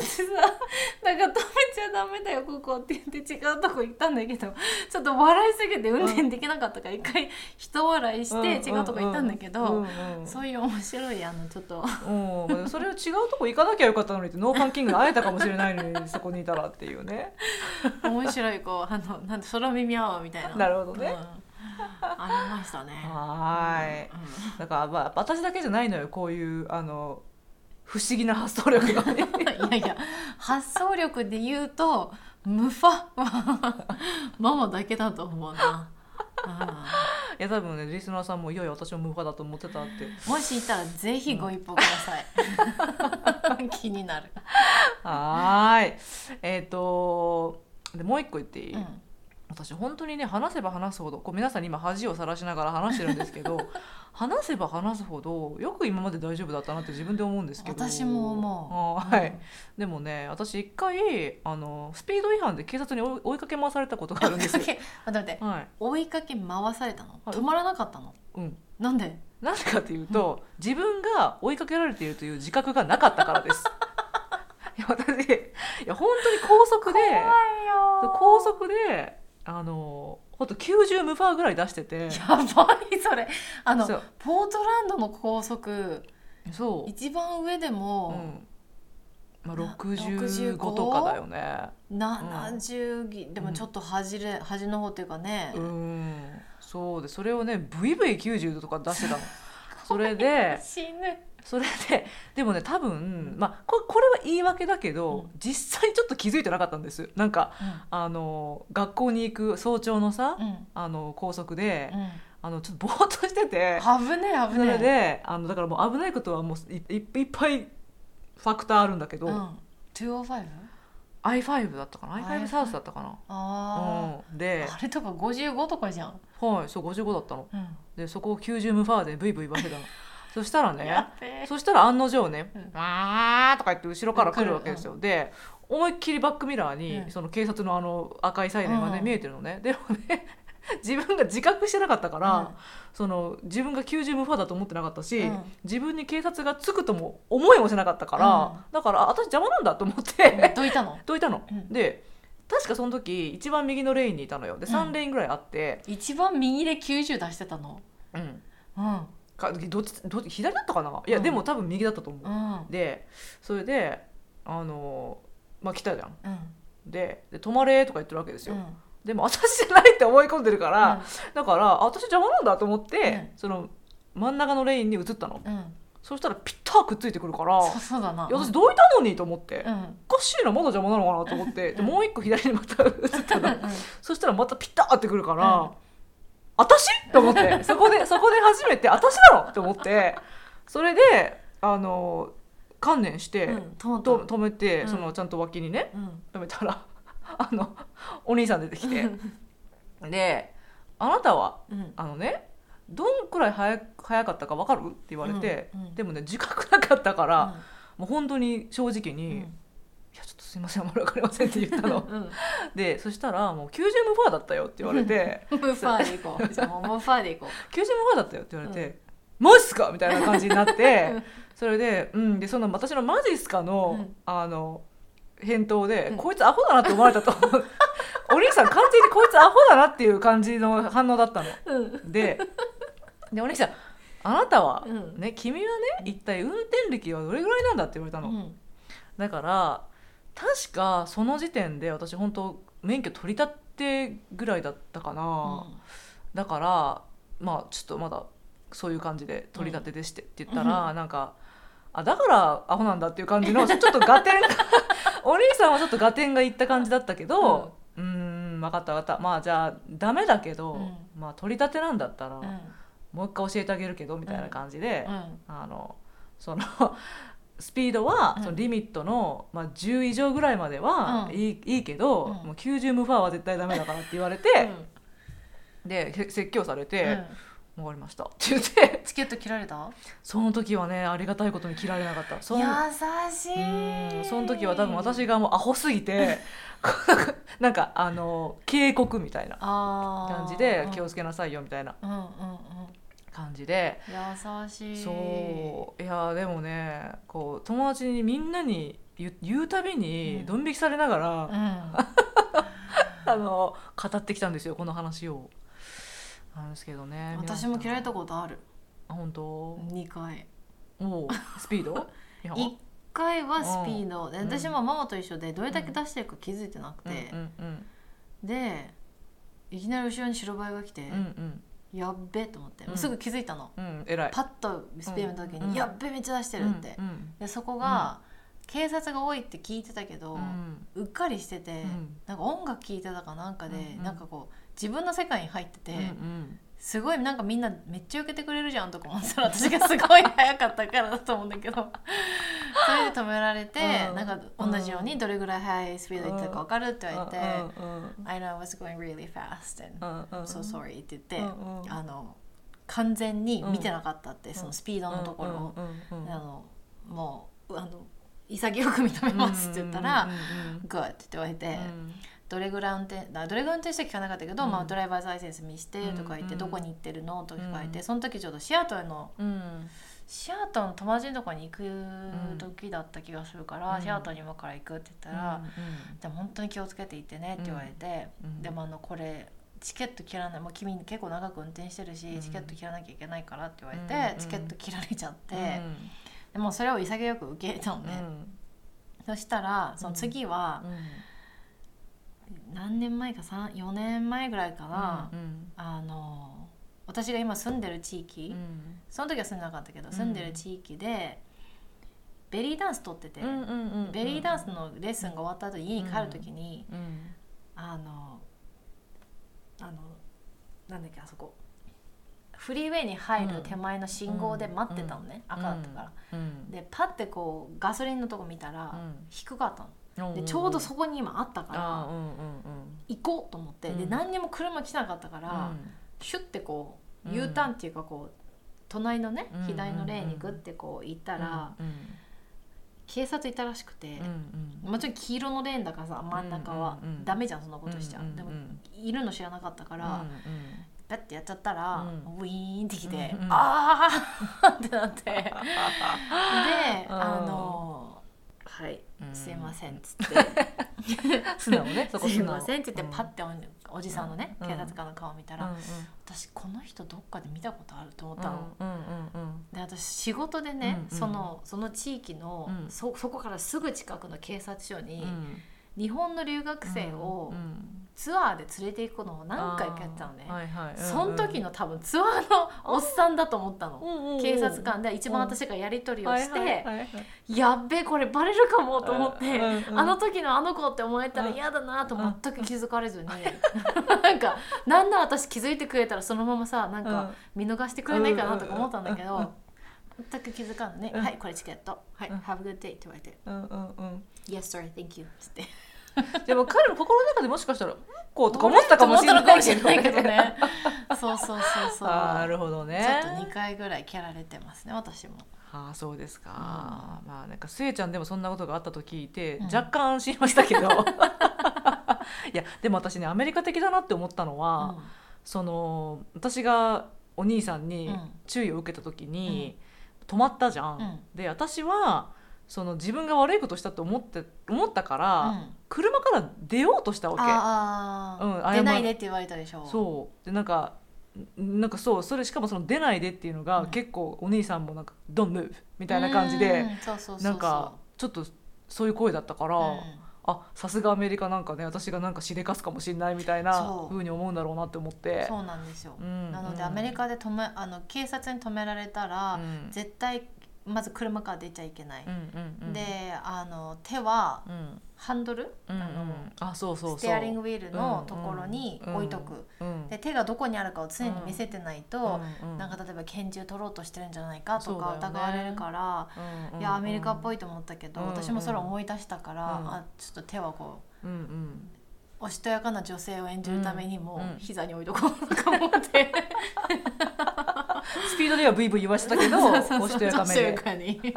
S2: ってさ「なんか止めちゃダメだよここ」って言って違うとこ行ったんだけどちょっと笑いすぎて運転できなかったから一回人笑いして違うとこ行ったんだけ
S1: うんう
S2: ど
S1: んうん
S2: そういう面白いあのちょっと
S1: うんそれを違うとこ行かなきゃよかったのにってノーパンキング会えたかもしれないの にそこにいたらっていうね
S2: 面白いこうあのなんて空耳アワーみたいな
S1: なるほどね
S2: うんありましたね
S1: はーい
S2: うん
S1: だからまあ私だけじゃないのよこういうあの不思議な発想力がね
S2: いやいや発想力で言うとムファ はママだけだと思うな。
S1: いや多分ねリスナーさんもいやいや私も無法だと思ってたって
S2: うんもしいたらぜひご一報ください。気になる。
S1: はーいえっ、とでもう一個言っていい、
S2: うん
S1: 私本当にね話せば話すほどこう皆さんに今恥をさらしながら話してるんですけ ど話せば話すほどよく今まで大丈夫だったなって自分で思うんですけど
S2: 私も思
S1: あ
S2: う。
S1: ーはい、でもね私一回あのスピード違反で警察に追い追いかけ回されたことがあ
S2: う
S1: るん
S2: ん。
S1: で
S2: 追い
S1: す
S2: か
S1: よ、
S2: け、待って待って、
S1: はい
S2: 追いかけ回されたの。
S1: はい
S2: 止まらなかったの。
S1: うん、
S2: なんで？
S1: なぜかというと、自分が追いかけられているという自覚がなかったから ですいや私いや本当に高速で高速であのほんと90ムファーぐらい出してて
S2: やばいそれ。あの
S1: そう
S2: ポートランドの高速
S1: そう
S2: 一番上で
S1: う
S2: も
S1: んまあ、
S2: な
S1: 65
S2: 65
S1: とかだよね
S2: 70ギ、でもちょっと端れ端の方っていうかね。
S1: うんそうでそれをねブイブイ90度とか出してた のそれで
S2: 死ぬ。
S1: それででもね多分、まあ、ここれは言い訳だけど、実際ちょっと気づいてなかったんですなんかあの学校に行く早朝のさ、
S2: うん。うん。
S1: あの高速で、
S2: うん
S1: あのちょっとぼーっとしてて
S2: 危ねえ危
S1: そ
S2: ねえ。
S1: れであのだからもう危ないことはもういいいっぱいファクターあるんだけど、
S2: うん 205?
S1: i5 だったかな i5
S2: i5
S1: サウスだったかな。
S2: あ
S1: うん、
S2: あ、
S1: で、
S2: あれとか55とかじゃん、
S1: はい、そう55だったの
S2: うん、
S1: でそこを90ムファーでブイブイ言われてた のそしたらね
S2: やっべえ
S1: そしたら案の定ね
S2: う
S1: 「
S2: ん
S1: わ、ー」とか言って後ろから来るわけですよ、で思いっきりバックミラーに、
S2: うん
S1: その警察のあの赤いサイレンがね、
S2: うん
S1: 見えてるのねでもね 自分が自覚してなかったから、
S2: うん
S1: その自分が90ムファーだと思ってなかったし、
S2: うん
S1: 自分に警察がつくとも思いもしなかったから、
S2: うん
S1: だからあ私邪魔なんだと思って、
S2: どいたの
S1: どいたの、
S2: うん
S1: で確かその時一番右のレーンにいたのよで
S2: うん
S1: 3レーンぐらいあって、
S2: 一番右で90出してたの
S1: うん
S2: うん
S1: かどっちどっち左だったかないや、
S2: うん
S1: でも多分右だったと思う、
S2: うん
S1: でそれであのーまあ来たじゃん
S2: うん
S1: でで「止まれ」とか言ってるわけです
S2: う
S1: よ、
S2: ん
S1: でも私じゃないって思い込んでるから、だからあ私邪魔なんだと思って、
S2: う
S1: その真ん中のレーンに移ったの
S2: うんうん
S1: そしたらピッターくっついてくるから
S2: そうそうだない
S1: や私どいたのにと思って、
S2: うん
S1: おかしいなまだ邪魔なのかなと思ってで
S2: うん
S1: もう一個左にまた移ったの
S2: うん
S1: そしたらまたピッターってくるから、
S2: うん
S1: 私と思ってそこでそこで初めて私なのと思ってそれであの観念して、
S2: うんトマ
S1: と
S2: ト
S1: 止めて、
S2: うん
S1: そのちゃんと脇にね
S2: うん
S1: 止めたら あのお兄さん出てきてで「あなたは
S2: うん
S1: あのねどんくらい早く早かったか分かる?」って言われて、
S2: うんうん
S1: でもね自覚なかったから、もう本当に正直に「
S2: うん
S1: いやちょっとすいませんあんまり分かりません」って言ったの。
S2: うんうん
S1: でそしたら「もう90ムファーだったよ」って言われて
S2: ムーファーで行こうじゃあもうムーファーで行こ
S1: 「90ムファーだったよ」って言われて「マジっすか?」みたいな感じになって、
S2: うん
S1: それで,、うん、でその私の「マジっすかの」
S2: うん
S1: あの返答で、
S2: うん
S1: こいつアホだなって思われたと お兄さん完全にこいつアホだなっていう感じの反応だったの。
S2: ううん
S1: ででお兄さんあなたは、
S2: うん
S1: ね、君はね一体運転歴はどれぐらいなんだって言われたの、
S2: うん
S1: だから確かその時点で私本当免許取り立てぐらいだったかな、だからまあちょっとまだそういう感じで取り立てでしてって言ったら、なんかあだからアホなんだっていう感じのちょっと合点 がお兄さんはちょっと合点がいった感じだったけどうーん分かった分かったまあじゃあダメだけど、
S2: うん
S1: まあ取り立てなんだったら、
S2: うん
S1: もう一回教えてあげるけどみたいな感じで、
S2: うん
S1: あのその スピードは
S2: うん
S1: そのリミットの、まあ、10以上ぐらいまでは
S2: うん
S1: いい,、いいけど、
S2: うん
S1: もう90ムファーは絶対ダメだからって言われ
S2: う
S1: て、
S2: ん
S1: でせ説教され
S2: う
S1: て
S2: ん
S1: 「分かりました」 って言って
S2: チケット切られた
S1: その時はねありがたいことに切られなかったそ
S2: 優
S1: の
S2: し
S1: うん
S2: い
S1: その時は多分私がもうアホすぎて なんかあの警告みたいな
S2: 感
S1: 感じで気をつけなさいよみたいな
S2: うんうんうん
S1: 感じで。
S2: 優しい
S1: そういやでもねこう友達にみんなに言う言うたび
S2: う
S1: に
S2: ん
S1: ドン引きされながら、
S2: うん
S1: あの語ってきたんですよこの話を。なんですけどね
S2: 私も嫌い
S1: い
S2: たことある
S1: 本当
S2: 2回
S1: もうスピード いや
S2: 1回はスピードで
S1: うん
S2: 私もママと一緒でどれだけ出してるか気づいてなく
S1: うん
S2: て
S1: うんうん
S2: でいきなり後ろに白バイが来て
S1: うんうん
S2: やっべえと思って、
S1: うん
S2: すぐ気づいたの
S1: うん、偉い。
S2: パッとスペインの時に、
S1: うん
S2: やっべえめっちゃ出してるって、
S1: うんうん
S2: でそこが、警察が多いって聞いてたけど、
S1: う
S2: うんっかりしてて、
S1: うん
S2: なんか音楽聴いてたかなんかで、
S1: うんうん
S2: なんかこう自分の世界に入ってて、
S1: うん
S2: すごいなんかみんなめっちゃ受けてくれるじゃんとか思ってたら私がすごい早かったからだと思うんだけ どそれで止められて、
S1: うん
S2: なんか同じようにどれぐらい速いスピードで行ったか分かるって
S1: う
S2: 言われて「
S1: んうん
S2: I know I was going really fast and
S1: うんうん
S2: so sorry」って言って、
S1: うんうん
S2: あの完全に見てなかったって、そのスピードのところを、
S1: うんうんうん
S2: あのもうあの潔く認めますって言ったら「Good」って言われて。どれぐらい運転あどれぐらい運転して聞かなかったけど、
S1: うん
S2: まあ、ドライバーズライセンス見してとか言って、
S1: うん
S2: どこに行ってるのとか書いて、
S1: うん
S2: その時ちょうどシアトルの
S1: うんうん
S2: シアトルの友達のとこに行く時だった気がするから、
S1: うん
S2: シアトルに今から行くって言ったら「でも本当に気をつけて行ってね」って言われて、
S1: うん
S2: でもあのこれチケット切らないもう君結構長く運転してるし、
S1: うん
S2: チケット切らなきゃいけないからって言われ
S1: うん
S2: て、
S1: うん
S2: チケット切られちゃって、
S1: うん
S2: でもうそれを潔く受け入れたの
S1: う
S2: ね、
S1: ん
S2: そしたらその次は、
S1: うん
S2: 何年前か3 4年前ぐらいかな、
S1: うん
S2: あの私が今住んでる地域、
S1: うん
S2: その時は住んでなかったけど、
S1: うん
S2: 住んでる地域でベリーダンス取ってて、
S1: うんうんうん
S2: ベリーダンスのレッスンが終わった後家に帰る時に、
S1: うん
S2: あのあのなんだっけあそこフリーウェイに入る手前の信号で待ってたのね、赤だったから。
S1: うん
S2: でパッてこうガソリンのとこ見たら、
S1: うん
S2: 低かったの。
S1: うん
S2: でちょうどそこに今あったから、
S1: あーうんうんうん
S2: 行こうと思って、で
S1: うん
S2: 何にも車来なかったから。シュッてこう U ターンっていうかこう隣のね
S1: うん
S2: 左のレーンにグッてこう行ったら
S1: うん
S2: 警察いたらしくて
S1: うんうん
S2: もちろん黄色のレーンだからさ真ん中は
S1: うんうんうん
S2: ダメじゃんそんなことしちゃ
S1: うんうん
S2: うでもいるの知らなかったか
S1: う
S2: ら
S1: んうん
S2: ペッてやっちゃったら
S1: う
S2: ウィーンってきて
S1: うんうん
S2: ああって なってで
S1: うん
S2: あのはいすいませんっつって
S1: ん素直ねそこ
S2: すい
S1: 素直
S2: ませんって言ってパッ
S1: て
S2: ておおじさんのね
S1: うん
S2: 警察官の顔見たら私この人どっかで見たことあると思ったの。
S1: うんうんうんうん
S2: で私仕事でね、
S1: うんうん
S2: そのその地域の、
S1: うん
S2: そそこからすぐ近くの警察署に、
S1: うん
S2: 日本の留学生を
S1: うんうん
S2: ツアーで連れて行くのを何回かやってたのね、
S1: あーはいはいうんうん
S2: その時の多分ツアーのおっさんだと思ったの、
S1: うんうんうん
S2: 警察官で一番私がやり取りをして、
S1: はいはいはいはい
S2: やっべえこれバレるかもと思って、
S1: うんうん
S2: あの時のあの子って思えたら
S1: うん
S2: 嫌だなと全く気づかれずに、 なんかなんなら私気づいてくれたらそのままさなん
S1: うん
S2: か見逃してくれないかなとか思ったんだけど、
S1: うんうん
S2: 全く気づかんね、
S1: うん
S2: はいこれチケットはい、
S1: うん
S2: Have a good day って言われて
S1: うんうんうん、
S2: Yes sir thank you っつって
S1: でも彼の心の中でもしかしたらんこうとか思ったかもしれないけど
S2: 思ったのかもしれないけどね そうそうそうそう
S1: あーなるほどね
S2: ちょっと2回ぐらい蹴られてますね私も
S1: ああそうですか、まあなんかスエちゃんでもそんなことがあったと聞いて、
S2: うん
S1: 若干安心しましたけどいやでも私ねアメリカ的だなって思ったのは、その私がお兄さんに
S2: うん
S1: 注意を受けた時に、止まったじゃん、
S2: うん
S1: で私はその自分が悪いことしたと思って思ったから、
S2: うん
S1: 車から出ようとしたわけ。
S2: あー
S1: うん謝
S2: 出ないでって言われたでしょ
S1: そうでなんかんなんかそうそれしかもその出ないでっていうのが、
S2: うん
S1: 結構お兄さんもなんか「Don't move」みたいな感じで
S2: うんそうそうそうそう
S1: なんかちょっとそういう声だったから、
S2: うん
S1: あさすがアメリカなんかね私がなんかしでかすかもしれないみたいな
S2: そう
S1: ふうに思うんだろうなって思って
S2: そうなんですよ、
S1: うん
S2: なの
S1: うん
S2: でアメリカで止めあの警察に止められたら、
S1: うん
S2: 絶対まず車から出ちゃいけない、
S1: うんうんうん
S2: であの手は
S1: うん
S2: ハンドル、
S1: うんうん
S2: あの
S1: あそうそうそう
S2: ステアリングウィールのところに置いとく、
S1: うん
S2: で手がどこにあるかを常に見せてないと、
S1: うんうん
S2: なんか例えば拳銃取ろうとしてるんじゃないかと
S1: そうだよ
S2: か
S1: ね
S2: 疑われるから、
S1: うんうん
S2: いやアメリカっぽいと思ったけど、
S1: うんうん
S2: 私もそれ思い出したから、
S1: うん
S2: あちょっと手はこう
S1: うんうん
S2: おしとやかな女性を演じるためにも
S1: うんうん
S2: 膝に置いとこうとか思って、
S1: スピードではブイブイ言わしてた けど おしとやかめで。
S2: にそうそうそう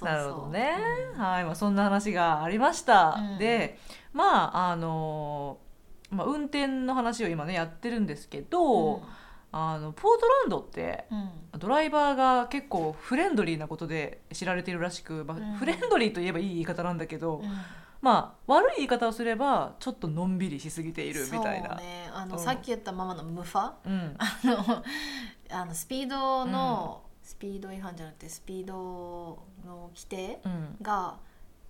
S2: そう
S1: なるほどね、はい、まあ、そんな話がありました、
S2: うん
S1: でまああのまあ、運転の話を今ねやってるんですけど、あのポートランドって
S2: うん、うん
S1: ドライバーが結構フレンドリーなことで知られているらしく、まあ
S2: うん
S1: フレンドリーといえばいい言い方なんだけど、
S2: うん
S1: まあ悪い言い方をすればちょっとのんびりしすぎているみたいな。
S2: そうねあの、
S1: うん
S2: さっき言ったままのムファ
S1: うん、
S2: あのあのスピードの、スピード違反じゃなくてスピードの規定
S1: うん
S2: が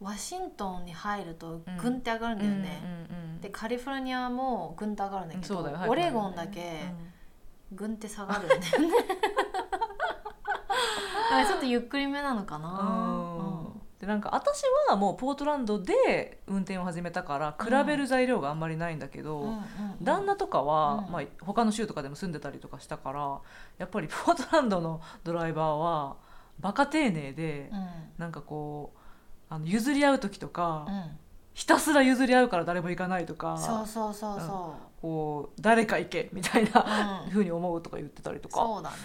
S2: ワシントンに入ると
S1: うん
S2: ぐんって上がるんだよね、
S1: うんうんうん
S2: でカリフォルニアもぐんと上がるんだけ
S1: そう
S2: ど
S1: だよ早くなるよね
S2: オレゴンだけ
S1: うん
S2: ぐんって下がるんだ よねだからちょっとゆっくりめなのかな、
S1: でなんか私はもうポートランドで運転を始めたから比べる材料があんまりないんだけど、
S2: うんうんうん
S1: 旦那とかは、
S2: うん
S1: まあ、他の州とかでも住んでたりとかしたからやっぱり ポートランドのドライバーはバカ丁寧で、
S2: うん
S1: なんかこうあの譲り合う時とか、
S2: うん
S1: ひたすら譲り合うから誰も行かないとか
S2: そうそうそうそ
S1: こう誰か行けみたいな、
S2: うん
S1: ふうに思うとか言ってたりと
S2: う、
S1: か。
S2: そうだね、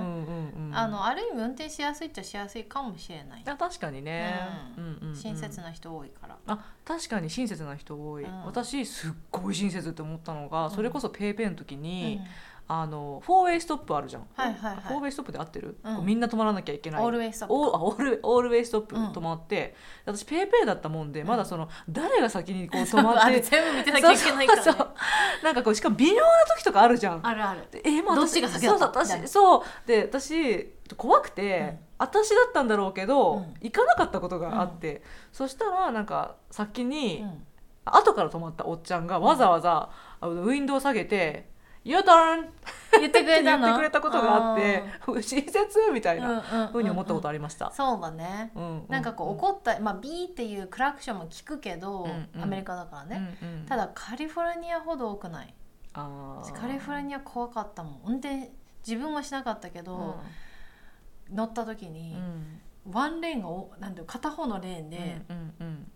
S1: うんうんうん、
S2: あのある意味運転しやすいっちゃしやすいかもしれない、
S1: あ確かにね、
S2: う
S1: うんんうんうん
S2: 親切な人多いから
S1: あ確かに親切な人多い、
S2: うん
S1: 私すっごい親切って思ったのが、
S2: うん
S1: それこそペイペイの時に
S2: うん、
S1: あのフォーウェイストップあるじゃん、
S2: はいはいはい
S1: フォーウェイストップで合ってる、
S2: うん
S1: こうみんな止まらなきゃいけない
S2: オールウェイストップ
S1: オーあオールオールウェイストップ
S2: うん
S1: 止まって、私ペイペイだったもんでまだその、誰が先にこう止 ま
S2: あ
S1: っ
S2: れ
S1: て
S2: 全部見てなきゃいけないから、ね、
S1: そうそうそうなんかこうしかも微妙な時とかあるじゃん
S2: あるある
S1: でえまあ
S2: どっちが先だった
S1: そうそう
S2: みたいな
S1: 私そうで私怖くて、
S2: うん
S1: 私だったんだろうけど、
S2: うん
S1: 行かなかったことがあって、そしたらなんか先に、
S2: うん
S1: 後から止まったおっちゃんがわざわざ、あのウィンドウを下げて「You turn!」って
S2: 言ってくれ
S1: 言
S2: た
S1: って
S2: の
S1: くれたことがあ って親切みた
S2: あ
S1: い
S2: ー
S1: なふうに思ったこと
S2: あ
S1: ありました。
S2: そうだね
S1: うんうん
S2: なんかこう怒った、まあ、ビーっていうクラクションも聞くけど、
S1: うんうん
S2: アメリカだからね、、
S1: うんうん
S2: ただカリフォルニアほど多くない
S1: あー
S2: カリフォルニア怖かったもん運転自分はしなかったけど、乗った時
S1: うん
S2: に
S1: う、ん
S2: ワンレーンがおなんていう片方のレーンで
S1: うんうん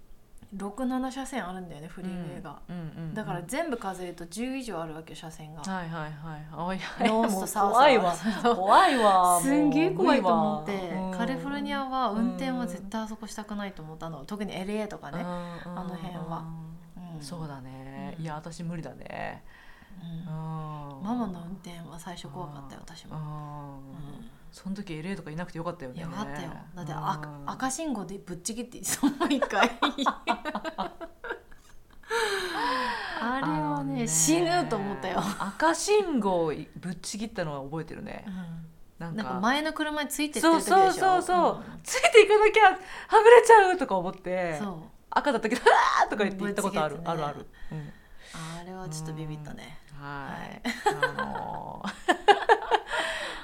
S2: 67車線あるんだよねフリーウェイが、
S1: うんうんうん
S2: だから全部数えると10以上あるわけよ車線が、
S1: はいはいはいあい やいや
S2: ノー
S1: も
S2: ス
S1: う
S2: とサウス
S1: 怖いわ
S2: そう
S1: 怖いわ
S2: すんげえ怖いと思って、カリフォルニアは運転は絶対あそこしたくないと思ったの特に LA とか
S1: ア
S2: ね、
S1: あ
S2: あの辺はうん
S1: そうだね、
S2: うん
S1: いや私無理だね、
S2: う
S1: う
S2: ん
S1: ん、
S2: マ
S1: マ
S2: マの運転は最初怖かったよ私も、
S1: うんその時 LA とかいなくてよかったよ
S2: うん、
S1: ね
S2: よかったよだって
S1: う
S2: 赤
S1: ん
S2: 赤信号でぶっちぎってその一回 あれは
S1: の
S2: ね死ぬと思ったよ、
S1: 赤信号ぶっちぎったのは覚えてるねなんか
S2: なんか前の車についてって
S1: そう
S2: る時でしょ
S1: そうそうそう、ついていかなきゃはぐれちゃうとか思って
S2: んそう
S1: 赤だったけど「うわー!」とか言って言ったことある、
S2: ぶっちぎ
S1: あ
S2: ってね
S1: るある、うん
S2: あれはちょっとビビったね
S1: はい、あのー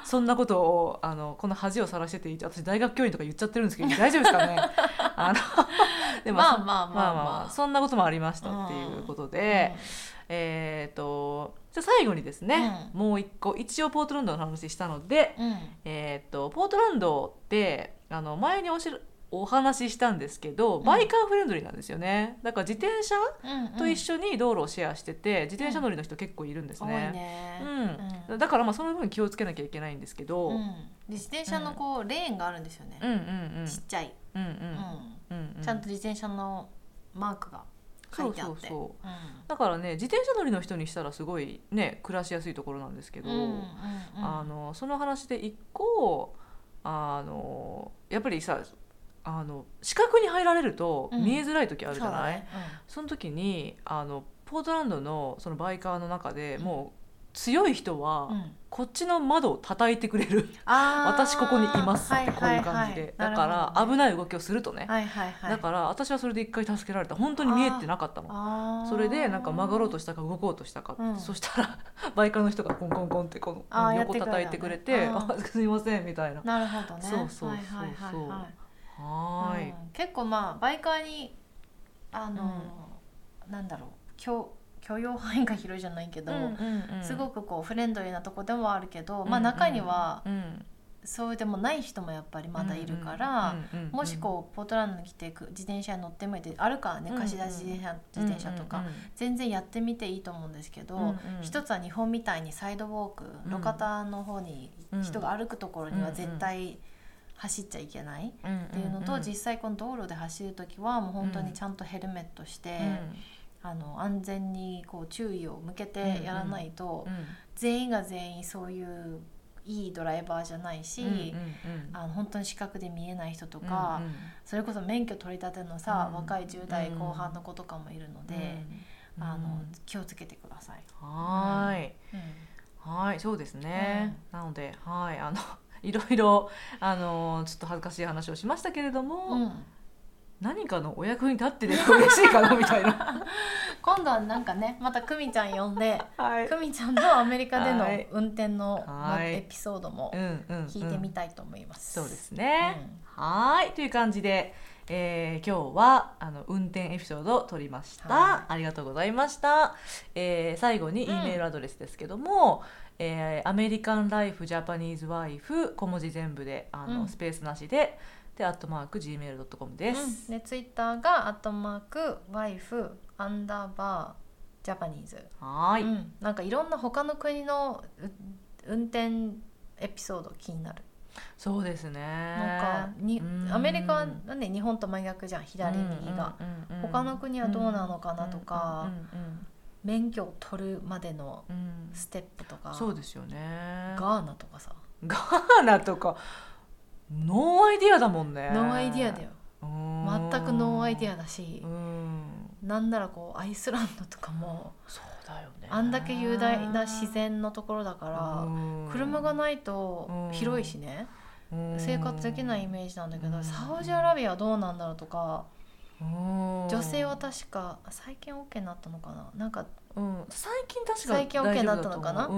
S1: そんなことをあのこの恥をさらしてて私大学教員とか言っちゃってるんですけど大丈夫ですかねあのでも
S2: まあまあ
S1: そ
S2: ま
S1: まあ
S2: あまあ
S1: まあそんなこともありましたっていうことで、えっ、とじゃあ最後にですね、
S2: う
S1: もう一個一応ポートランドの話したので、
S2: うん、うん
S1: えっとポートランドってあの前におしろお話ししたんですけど
S2: ん
S1: バイカーフレンドリーなんですよねだから自転車
S2: うんうん
S1: と一緒に道路をシェアしてて自転車乗りの人結構いるんです
S2: 多い
S1: ね。
S2: ね、
S1: う
S2: うん
S1: ん、だからまあその分気をつけなきゃいけないんですけど、う、
S2: うん
S1: うん
S2: で自転車のこうレーンがあるんですよね、
S1: うんうん
S2: ちっちゃい、
S1: うん
S2: うん
S1: うんうん
S2: ちゃんと自転車のマークが書いてあっ
S1: そうそ
S2: て
S1: うそ
S2: うん
S1: だからね自転車乗りの人にしたらすごいね暮らしやすいところなんですけど、
S2: うんうんうん
S1: あのその話で一個あのやっぱりさあの視覚に入られると
S2: うん
S1: 見えづらい時あるじゃない、
S2: そうだね
S1: その時にあのポートランドのそのバイカーの中でもう強い人は、
S2: うんうん
S1: こっちの窓を叩いてくれる
S2: あー
S1: 私ここにいますってこういう感じで、だから危
S2: い
S1: ない動きをするとね、
S2: はいはいはいな
S1: だ
S2: るほどね
S1: から私はそれで一回助けられた本当に見えてなかった
S2: はい
S1: の
S2: はいはい
S1: それでなんか曲がろう
S2: と
S1: としたか動こうとしたか、
S2: うん
S1: そしたら バイカーの人がコンコンコンってこ
S2: あー
S1: の
S2: やっ
S1: 横
S2: てくれたよね
S1: 叩いてくれて「
S2: あ
S1: あすいません」みたいな。
S2: なるほどね
S1: そうそうそうそう
S2: はいはいはいはい
S1: はーい、
S2: うん結構まあバイカーにあの、なんだろう許許容範囲が広いじゃないけど、すご
S1: く、
S2: くこうフレンドリーなとこでもあるけど、
S1: うん
S2: まあ、
S1: うん
S2: 中には
S1: うん、
S2: そうでもない人もやっぱりまだいるから、
S1: うんうんうんうん
S2: もしこうポートランドに来てく自転車に乗ってみてあるからね
S1: うんうん
S2: 貸し出し自転車,、
S1: うん
S2: 自転車とか、、全然やってみていいと思うんですけど、
S1: うんうん
S2: 一つは日本みたいにサイドウォーク、
S1: うん
S2: 路肩の方に人が歩くところには絶対走っちゃいけない。
S1: うんうん
S2: っていうのと、実際この道路で走る時はもう本当にちゃんとヘルメットして、あの安全にこう注意を向けてやらないと、
S1: うんうん
S2: 全員が全員そういういいドライバーじゃないし、
S1: うん
S2: あの本当に視覚で見えない人と
S1: うん
S2: か、
S1: うんうん
S2: それこそ免許取り立てのさ、
S1: うん
S2: 若い10代後半の子とかもいるので、
S1: うん
S2: あ
S1: う
S2: の
S1: ん
S2: 気をつけてください。
S1: はーい、
S2: うん
S1: はい、そうですね。なので、はい、あの。 いろいろ、あのちょっと恥ずかしい話をしましたけれども、
S2: うん
S1: 何かのお役に立ってれば嬉しいかなみたいな。
S2: 今度はなんかねまた久美ちゃん呼んで
S1: はい
S2: 久美ちゃんのアメリカでの
S1: はい
S2: 運転の
S1: はい
S2: エピソードも
S1: うんうんうん
S2: 聞いてみたいと思います。
S1: そうですね、はーいという感じで、えー今日はあの運転エピソードを取りました、
S2: は
S1: ありがとうございました、えー最後に E
S2: うん
S1: メールアドレスですけども、えーアメリカンライフジャパニーズワイフ小文字全部であの、
S2: うん
S1: スペースなしででアットマーク gmail.com で
S2: うん
S1: す、
S2: でツイッターがアットマークワイフアンダーバージャパニーズ。
S1: はーい、
S2: うんなんかいろんな他の国のう運転エピソード気になる。
S1: そうですね
S2: なんかに
S1: うん
S2: アメリカはね日本と真逆じゃん左右が。
S1: うんうんうん
S2: 他の国はどうなのかなとか
S1: うんうん
S2: 免許を取るまでの
S1: うんうん
S2: ステップとか
S1: そうですよね
S2: ガーナとかさ
S1: ガーナとかノーアイディアだもんね
S2: ノーアイディアだよ
S1: うん
S2: 全くノーアイディアだし
S1: うん
S2: なんならこうアイスランドとかも
S1: そうだよね
S2: あんだけ雄大な自然のところだから車が
S1: い
S2: ないと広いしね生活できないイメージなんだけ
S1: う
S2: ど
S1: ん
S2: サウジアラビアはどうなんだろうとか
S1: 女
S2: 女性は確か最近 OK になったのかななんか
S1: うん最近確か
S2: 最近 OK になったのかな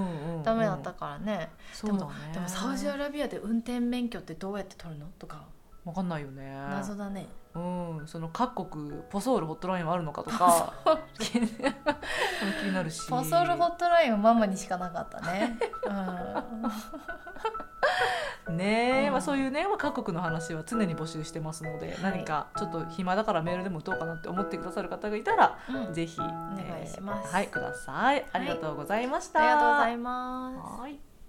S2: ダメだった
S1: か
S2: からね
S1: そうだね
S2: でもサウジアラビアで運転免許ってどうやって取るのとか
S1: わかんないよね
S2: 謎だね
S1: うんその各国ポソールホットラインはあるのかと か気になるし
S2: ポソールホットラインはママにしかなかったね、
S1: ねえ、
S2: うん
S1: まあ、そういうね、まあ、各国の話は常に募集してますので、
S2: はい
S1: 何かちょっと暇だからメールでも打とうかなって思ってくださる方がいたら、
S2: うんうんありがとう
S1: ぜひお
S2: 願いします
S1: はいくださいありがとうございました、
S2: ございます
S1: はい